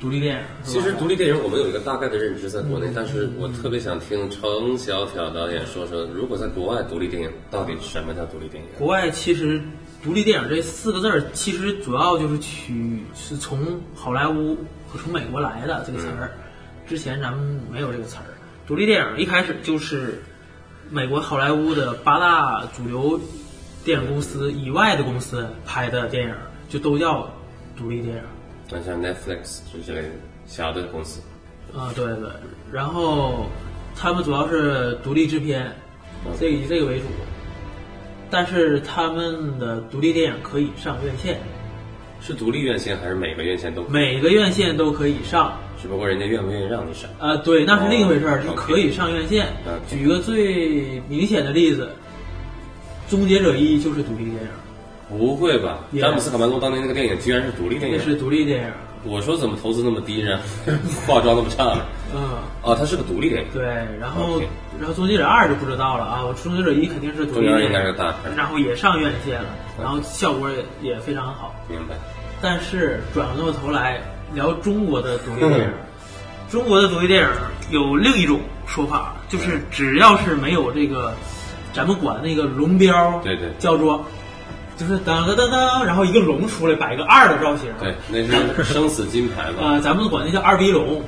[SPEAKER 4] 独立电影。是
[SPEAKER 6] 其
[SPEAKER 4] 吧嗯
[SPEAKER 6] 实独立电影我们有一个大概的认知在国内，但是我特别想听程小挑导演说说，如果在国外独立电影到底什么叫独立电影？
[SPEAKER 4] 国外其实“独立电影”这四个字儿，其实主要就是取是从好莱坞和从美国来的这个词
[SPEAKER 8] 嗯
[SPEAKER 4] 儿。之前咱们没有这个词儿。独立电影一开始就是美国好莱坞的八大主流电影公司以外的公司拍的电影，就都叫独立电影。
[SPEAKER 6] 那像 Netflix 这类小的公司，
[SPEAKER 4] 啊，对对，然后他们主要是独立制片，
[SPEAKER 6] 嗯
[SPEAKER 4] 这个以这个为主，但是他们的独立电影可以上院线，
[SPEAKER 6] 是独立院线还是每个院线都？
[SPEAKER 4] 每个院线都可以上。
[SPEAKER 6] 只不过人家愿不愿意让你上。
[SPEAKER 4] 啊，对，那是另一回事儿，
[SPEAKER 6] 哦
[SPEAKER 4] 是可以上院线。
[SPEAKER 6] 嗯
[SPEAKER 4] 举一个最明显的例子，《终结者一》就是独立电影，
[SPEAKER 6] 不会吧？
[SPEAKER 4] 也
[SPEAKER 6] 詹姆斯卡梅隆当年那个电影居然是独立电
[SPEAKER 4] 那
[SPEAKER 6] 影？
[SPEAKER 4] 是独立电影。
[SPEAKER 6] 我说怎么投资那么低，然后 [laughs] 化妆那么差呢？
[SPEAKER 4] 嗯，
[SPEAKER 6] 哦，它是个独立电影。
[SPEAKER 4] 对，然后
[SPEAKER 6] OK
[SPEAKER 4] 然后《终结者二》就不知道了啊，《终结者一》肯定是独立
[SPEAKER 6] 终结者
[SPEAKER 4] 电
[SPEAKER 6] 一
[SPEAKER 4] 影，
[SPEAKER 6] 应该是大片
[SPEAKER 4] 然后也上院线了，然后效果也也非常好。
[SPEAKER 6] 明白。
[SPEAKER 4] 但是转过头来聊中国的独立电
[SPEAKER 6] 嗯
[SPEAKER 4] 影，中国的独立电影有另一种说法，就是只要是没有这个，咱们管那个龙标，
[SPEAKER 6] 对对
[SPEAKER 4] 叫做就是当当当当，然后一个龙出来摆个二的造型，
[SPEAKER 6] 对，那是生死金牌
[SPEAKER 4] [laughs]
[SPEAKER 6] 嘛。
[SPEAKER 4] 啊、咱们管那叫二逼
[SPEAKER 6] [laughs]
[SPEAKER 4] 龙，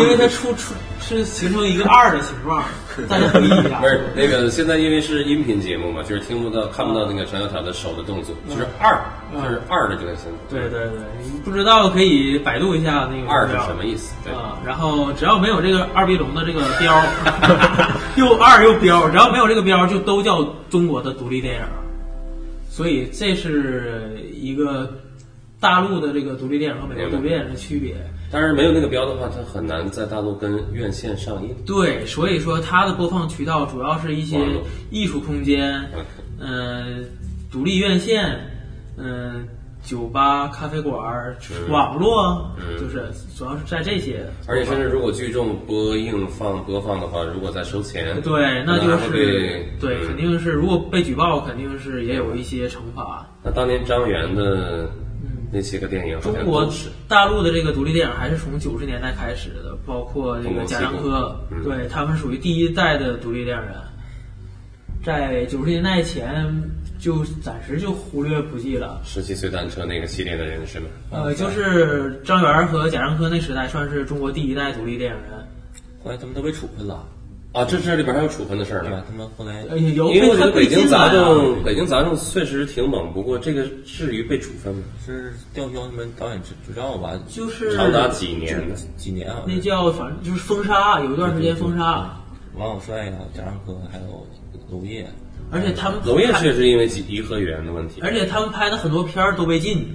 [SPEAKER 4] 因为它出出是形成一个二的形
[SPEAKER 6] [laughs]
[SPEAKER 4] 状，大家不理解啊
[SPEAKER 6] 不。是那个，现在因为是音频节目嘛，就是听不
[SPEAKER 4] 啊
[SPEAKER 6] 到、看不到那个陈小条的手的动作，就是二，就是二的这个形状。
[SPEAKER 4] 对对对，不知道可以百度一下那个
[SPEAKER 6] 二是
[SPEAKER 4] 龙标
[SPEAKER 6] 什么意思？对，
[SPEAKER 4] 啊，然后只要没有这个二逼龙的这个标，
[SPEAKER 6] [laughs]
[SPEAKER 4] 又二又标，只要没有这个标，就都叫中国的独立电影。所以这是一个大陆的这个独立电影和美国独立电影的区别。
[SPEAKER 6] 但是没有那个标的话，它很难在大陆跟院线上映。
[SPEAKER 4] 对，所以说它的播放渠道主要是一些
[SPEAKER 6] 网络
[SPEAKER 4] 艺术空
[SPEAKER 6] [laughs]
[SPEAKER 4] 间，嗯、独立院线，嗯、酒吧、咖啡馆儿、网络，
[SPEAKER 6] 嗯
[SPEAKER 4] 就是主要是在这些。
[SPEAKER 6] 而且甚至如果聚众播映放播放的话，如果再收钱，
[SPEAKER 4] 对，啊那就
[SPEAKER 6] 会
[SPEAKER 4] 是
[SPEAKER 6] 被
[SPEAKER 4] 对，肯定是如果被举报，肯定是也有一些惩罚。
[SPEAKER 6] 那当年张元的那些个电影，好
[SPEAKER 4] 中
[SPEAKER 6] 像
[SPEAKER 4] 国
[SPEAKER 6] 都是
[SPEAKER 4] 大陆的这个独立电影还是从九十年代开始的，包括这
[SPEAKER 6] 中
[SPEAKER 4] 个
[SPEAKER 6] 国
[SPEAKER 4] 贾
[SPEAKER 6] 西
[SPEAKER 4] 樟
[SPEAKER 6] 部
[SPEAKER 4] 柯，
[SPEAKER 6] 嗯
[SPEAKER 4] 对他们属于第一代的独立电影人，在九十年代前就暂时就忽略不计了。
[SPEAKER 6] 十七岁单车那个系列的人是吗？
[SPEAKER 4] 呃，就是张元和贾樟柯那时代算是中国第一代独立电影人，
[SPEAKER 8] 后来他们都被处分了，
[SPEAKER 6] 啊，这这里边还有处分的事儿
[SPEAKER 8] 对吧
[SPEAKER 6] 呢。？
[SPEAKER 8] 他们后来
[SPEAKER 4] 呃，有
[SPEAKER 6] 因为我觉
[SPEAKER 4] 他
[SPEAKER 6] 得北京
[SPEAKER 4] 进来
[SPEAKER 6] 杂
[SPEAKER 4] 了啊
[SPEAKER 6] 种，北京杂种确实挺猛，不过这个至于被处分吗？
[SPEAKER 8] 是吊销他们导演执执照吧？
[SPEAKER 4] 就是
[SPEAKER 6] 长达几年呢？
[SPEAKER 8] 几年啊？
[SPEAKER 4] 那叫反正就是封杀，啊有一段时间封杀，啊
[SPEAKER 8] 王小帅呀、贾樟柯还有娄烨，
[SPEAKER 4] 而且他们
[SPEAKER 6] 娄烨
[SPEAKER 4] 拍
[SPEAKER 6] 确实因为几颐和园的问题，
[SPEAKER 4] 而且他们拍的很多片儿都被禁。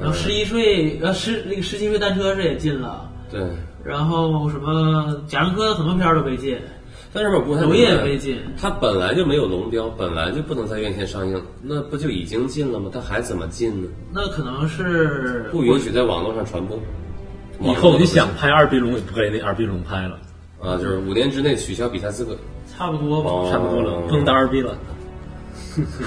[SPEAKER 4] 然后十一岁，呃，十那个十七岁单车是也禁了，
[SPEAKER 6] 对，
[SPEAKER 4] 然后什么贾樟柯的很多片儿都被禁，
[SPEAKER 6] 但是吧，不太
[SPEAKER 4] 娄烨也被禁
[SPEAKER 6] 他本来就没有龙标，本来就不能在院线上映，那不就已经禁了吗？他还怎么禁呢？
[SPEAKER 4] 那可能是
[SPEAKER 6] 不允许在网络上传播。
[SPEAKER 5] 以后你想拍二逼龙，也不给那二逼龙拍了，
[SPEAKER 6] 啊，就是五年之内取消比赛资格，
[SPEAKER 4] 哦差不多吧。
[SPEAKER 6] 哦
[SPEAKER 5] 差不多了，不能当二逼了。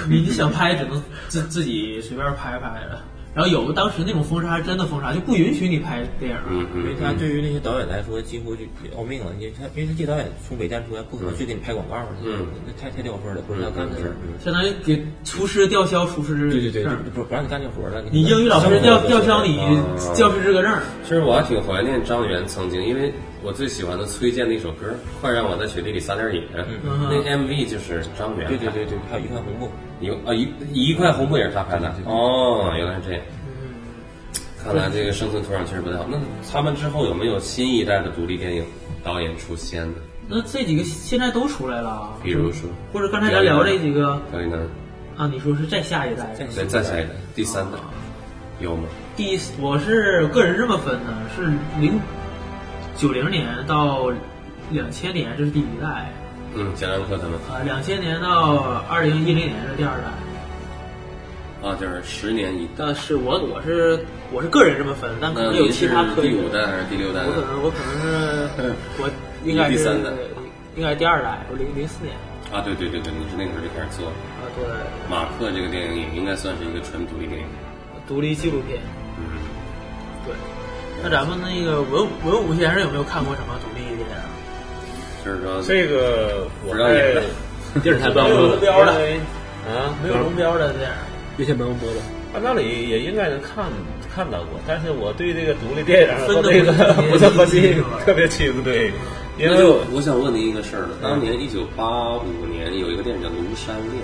[SPEAKER 4] 你你想拍只能自自己随便拍拍了。然后有的当时那种封杀，真的封杀，就不允许你拍电影了。
[SPEAKER 6] 嗯
[SPEAKER 8] 因为
[SPEAKER 6] 嗯，
[SPEAKER 8] 他对于那些导演来说几乎就要命了，因为他因为他这导演从北站出来不可能去给你拍广告去，
[SPEAKER 6] 嗯
[SPEAKER 8] 那太太掉份儿了，不
[SPEAKER 4] 嗯
[SPEAKER 8] 是他干的事儿。
[SPEAKER 4] 相当于给厨师吊销厨师
[SPEAKER 8] 对对对，
[SPEAKER 4] 证
[SPEAKER 8] 就，不不让你干这活儿了。
[SPEAKER 4] 你英语老师吊吊销
[SPEAKER 8] 你
[SPEAKER 4] 你教师资格证。
[SPEAKER 6] 其实我还挺怀念张元曾经，因为我最喜欢的崔健的一首歌《快让我在雪地里撒点野》，
[SPEAKER 4] 嗯
[SPEAKER 6] 那 MV 就是张元
[SPEAKER 8] 对对对对，还有一块红布，
[SPEAKER 6] 有啊一一块红布也是他拍的哦，原来是这样。
[SPEAKER 4] 嗯
[SPEAKER 6] 看来这个生存土壤确实不太好。那他们之后有没有新一代的独立电影导演出现呢？
[SPEAKER 4] 那这几个现在都出来了啊，
[SPEAKER 6] 比如说
[SPEAKER 4] 或者刚才咱聊这几个
[SPEAKER 6] 表演男，
[SPEAKER 4] 啊，你说是再下一代？啊
[SPEAKER 6] 再再下一代，第三代有吗？
[SPEAKER 4] 第一，我是个人是这么分的，是零九零年到两千年这是第一代，
[SPEAKER 6] 嗯，贾樟柯他们
[SPEAKER 4] 啊，两千年到二零一零年是第二代。
[SPEAKER 6] 啊，就是十年一代。
[SPEAKER 4] 但是我我是我是个人这么分，但可
[SPEAKER 6] 那
[SPEAKER 4] 能有
[SPEAKER 6] 你
[SPEAKER 4] 其
[SPEAKER 6] 是
[SPEAKER 4] 他科
[SPEAKER 6] 第
[SPEAKER 4] 学。
[SPEAKER 6] 五代还是第六代
[SPEAKER 4] 我可
[SPEAKER 6] 呢？
[SPEAKER 4] 能我可能是我应该是
[SPEAKER 6] 第三代
[SPEAKER 4] 应该是第二代，我零零四年
[SPEAKER 6] 啊，对对对对，你是那个时候就开始做了。
[SPEAKER 4] 啊，对，
[SPEAKER 6] 马克这个电影也应该算是一个纯独立电影。
[SPEAKER 4] 独立纪录片。
[SPEAKER 6] 嗯，
[SPEAKER 4] 对，那咱们那个文文武先生有没有看过什么独立电影？
[SPEAKER 6] 就是说
[SPEAKER 9] 这个
[SPEAKER 6] 不
[SPEAKER 9] 我
[SPEAKER 6] 让演了
[SPEAKER 9] 在
[SPEAKER 4] 电视台
[SPEAKER 9] 没有龙标的啊，
[SPEAKER 4] 没有龙标的电影。
[SPEAKER 5] 月线帮我播的，
[SPEAKER 9] 按道理也应该能看看到过，但是我对这个独立电影
[SPEAKER 4] 分
[SPEAKER 9] 和
[SPEAKER 4] 得
[SPEAKER 9] 这个
[SPEAKER 4] 不清
[SPEAKER 9] 不是很
[SPEAKER 4] 清
[SPEAKER 9] 清
[SPEAKER 4] 楚，
[SPEAKER 9] 特别清对，因
[SPEAKER 6] 那
[SPEAKER 9] 为
[SPEAKER 6] 就
[SPEAKER 9] 我
[SPEAKER 6] 我想问您一个事儿了。当年一九八五年有一个电影叫《庐山恋》，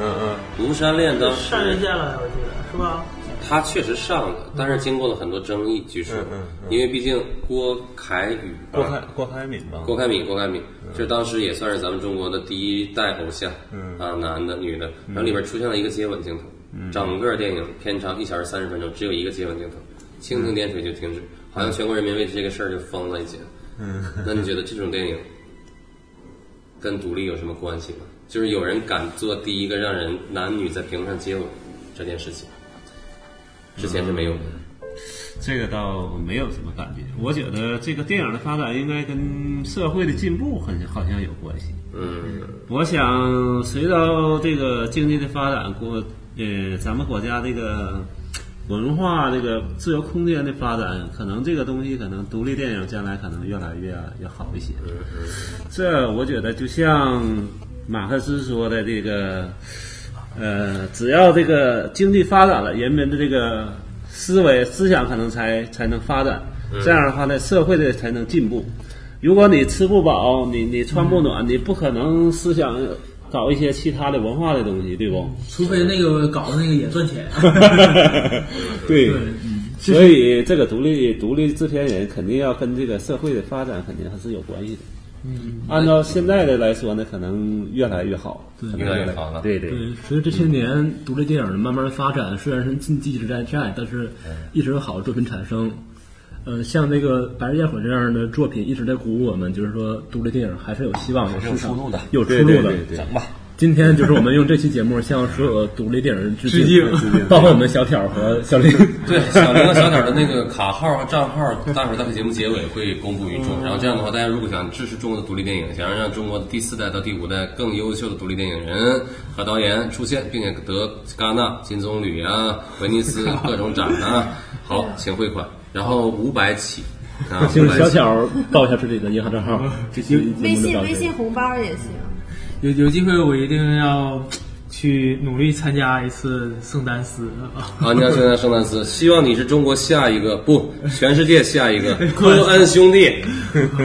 [SPEAKER 9] 嗯嗯。
[SPEAKER 6] 《庐山恋》当
[SPEAKER 4] 上院
[SPEAKER 6] 时
[SPEAKER 4] 线了，我记得是吧？
[SPEAKER 6] 它确实上了，但是经过了很多争议，据说，因为毕竟郭凯宇吧
[SPEAKER 9] 嗯郭开郭开敏吧，
[SPEAKER 6] 郭凯敏，郭凯敏，这当时也算是咱们中国的第一代偶像，
[SPEAKER 9] 嗯
[SPEAKER 6] 啊，男的、女的，然后里边出现了一个接吻镜头，整个电影片长一小时三十分钟，只有一个接吻镜头，
[SPEAKER 9] 嗯
[SPEAKER 6] 蜻蜓点水就停止，好像全国人民为这个事儿就疯了一些。
[SPEAKER 9] 嗯，
[SPEAKER 6] [laughs] 那你觉得这种电影跟独立有什么关系吗？就是有人敢做第一个让人男女在屏幕上接吻这件事情，之前是没有的。
[SPEAKER 9] 这个倒没有什么感觉。我觉得这个电影的发展应该跟社会的进步很好像有关系。
[SPEAKER 6] 嗯，
[SPEAKER 9] 我想，随着这个经济的发展，国呃，咱们国家这个文化这个自由空间的发展，可能这个东西，可能独立电影将来可能越来越越好一些。这我觉得就像马克思说的这个，呃，只要这个经济发展了，人们的这个思维思想可能才才能发展，这样的话呢，社会的才能进步。如果你吃不饱，你你穿不暖，你不可能思想搞一些其他的文化的东西，对不？
[SPEAKER 4] 除非那个搞的那个也赚 [laughs] 钱。
[SPEAKER 9] [laughs] 对
[SPEAKER 4] 对嗯
[SPEAKER 9] 所以这个独立独立制片人肯定要跟这个社会的发展肯定还是有关系的。嗯，按照现在的来说呢，可能越来越好，可能
[SPEAKER 6] 越来越好了
[SPEAKER 9] 对对，
[SPEAKER 10] 对，随着这些年独立电影的慢慢发展，虽然是禁忌一直在在，但是一直有好的作品产生。呃，像那个《白日焰火》这样的作品一直在鼓舞我们，就是说独立电影还是有希望，有市场
[SPEAKER 8] 出路的
[SPEAKER 10] 有出
[SPEAKER 9] 对
[SPEAKER 10] 路
[SPEAKER 9] 对
[SPEAKER 10] 的。
[SPEAKER 9] 对对，
[SPEAKER 8] 整吧，
[SPEAKER 10] 今天就是我们用这期节目向所有独立电影人致
[SPEAKER 4] 致敬致
[SPEAKER 10] [laughs] 敬，包括我们小挑和小林。
[SPEAKER 6] [laughs] 对，小玲和小鸟的那个卡号和账号，待会儿在节目结尾会公布于
[SPEAKER 10] 嗯
[SPEAKER 6] 众。然后这样的话，大家如果想支持中国的独立电影，想要让中国的第四代到第五代更优秀的独立电影人和导演出现，并且得戛纳金棕榈啊、威尼
[SPEAKER 10] [laughs]
[SPEAKER 6] 斯各种展啊，好，请汇款，然后五百起啊，
[SPEAKER 10] 请
[SPEAKER 6] 五百
[SPEAKER 10] 小
[SPEAKER 6] 起。
[SPEAKER 10] 巧报一下自己的银行账号，这期
[SPEAKER 7] 微信微信红包也行，
[SPEAKER 4] 有有机会，我一定要去努力参加一次圣丹斯啊！
[SPEAKER 6] 啊，你好，现在圣丹斯，希望你是中国下一个，不，全世界下
[SPEAKER 10] [laughs]
[SPEAKER 6] 一个科恩兄弟。
[SPEAKER 4] [laughs]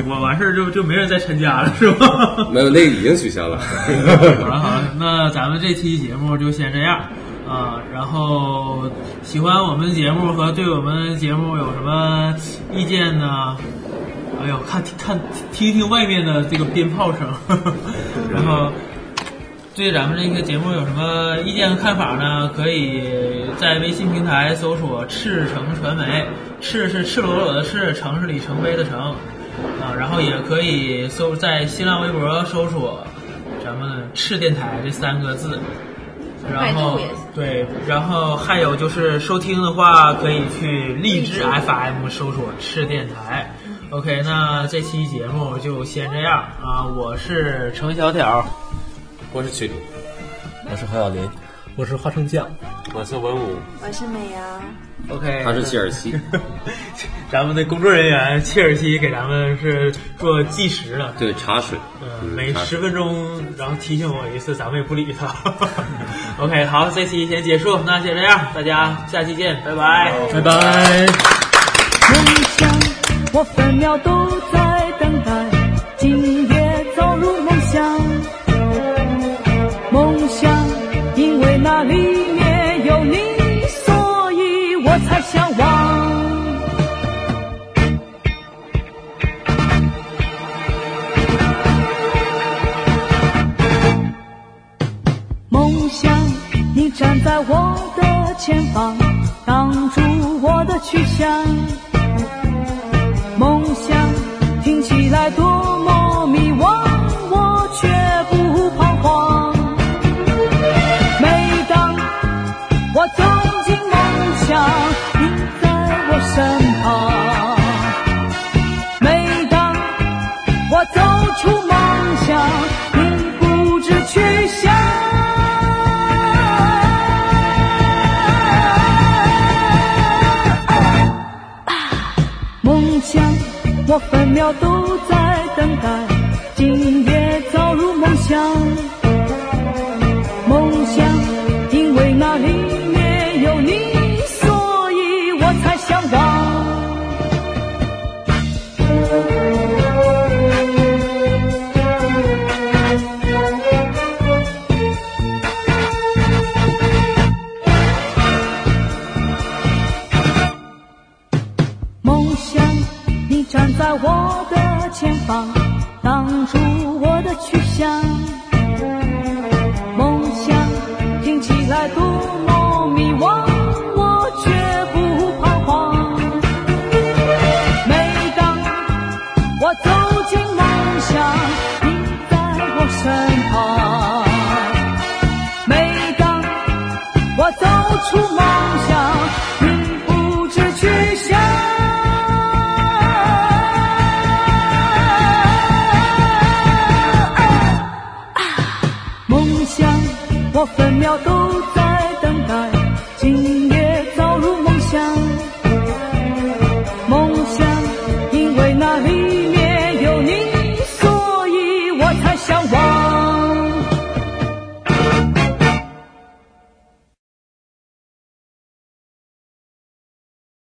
[SPEAKER 4] 我完事儿就就没人再参加了，是 [laughs] 吧？
[SPEAKER 6] 没有，那个已经取消
[SPEAKER 10] [laughs]
[SPEAKER 6] 了。
[SPEAKER 4] 好了好了，那咱们这期节目就先这样啊、然后喜欢我们节目和对我们节目有什么意见呢？哎呦，看看听一听外面的这个鞭炮声， [laughs] 然后对咱们这个节目有什么意见和看法呢？可以在微信平台搜索“赤城传媒”，赤是赤裸裸的赤，城是里程碑的城啊。然后也可以搜在新浪微博搜索咱们“赤电台”这三个字。然
[SPEAKER 7] 百
[SPEAKER 4] 后
[SPEAKER 7] 度也行
[SPEAKER 4] 对，然后还有就是收听的话，可以去荔枝 FM 搜索“赤电台”。OK，那
[SPEAKER 7] 嗯
[SPEAKER 4] 这期节目就先这样啊！我是程小挑，
[SPEAKER 6] 我是曲里，
[SPEAKER 8] 我是何小林。
[SPEAKER 10] 我是花生酱。
[SPEAKER 6] 我是文武，
[SPEAKER 7] 我是美啊瑶，
[SPEAKER 4] OK，
[SPEAKER 6] 他是切尔西。
[SPEAKER 4] [laughs] 咱们的工作人员切尔西给咱们是做计时的，
[SPEAKER 6] 对，茶水，
[SPEAKER 4] 嗯，
[SPEAKER 6] 嗯
[SPEAKER 4] 每
[SPEAKER 6] 茶
[SPEAKER 4] 十
[SPEAKER 6] 水
[SPEAKER 4] 分钟然后提醒我一次，咱们也不理他。OK，好，这期先结束，那先这样，大家下期见，拜拜，拜拜。
[SPEAKER 11] 梦想，我分秒都在等哪里也有你，所以我才向往。梦想，你站在我的前方，挡住我的去向。梦想听起来多么迷惘，我却不彷徨。每当我走进梦想，你在我身旁。每当我走出梦想，你不知去向。梦想，我分秒都在等待，今夜早入梦乡。梦想，因为那里也有你，所以我才向往。梦想，你站在我的前方，挡住我的去向。梦想听起来多么迷惘，我却不彷徨。每当我走进梦想，你在我身旁。每当我走出梦想，你不知去向。梦想，我分秒都在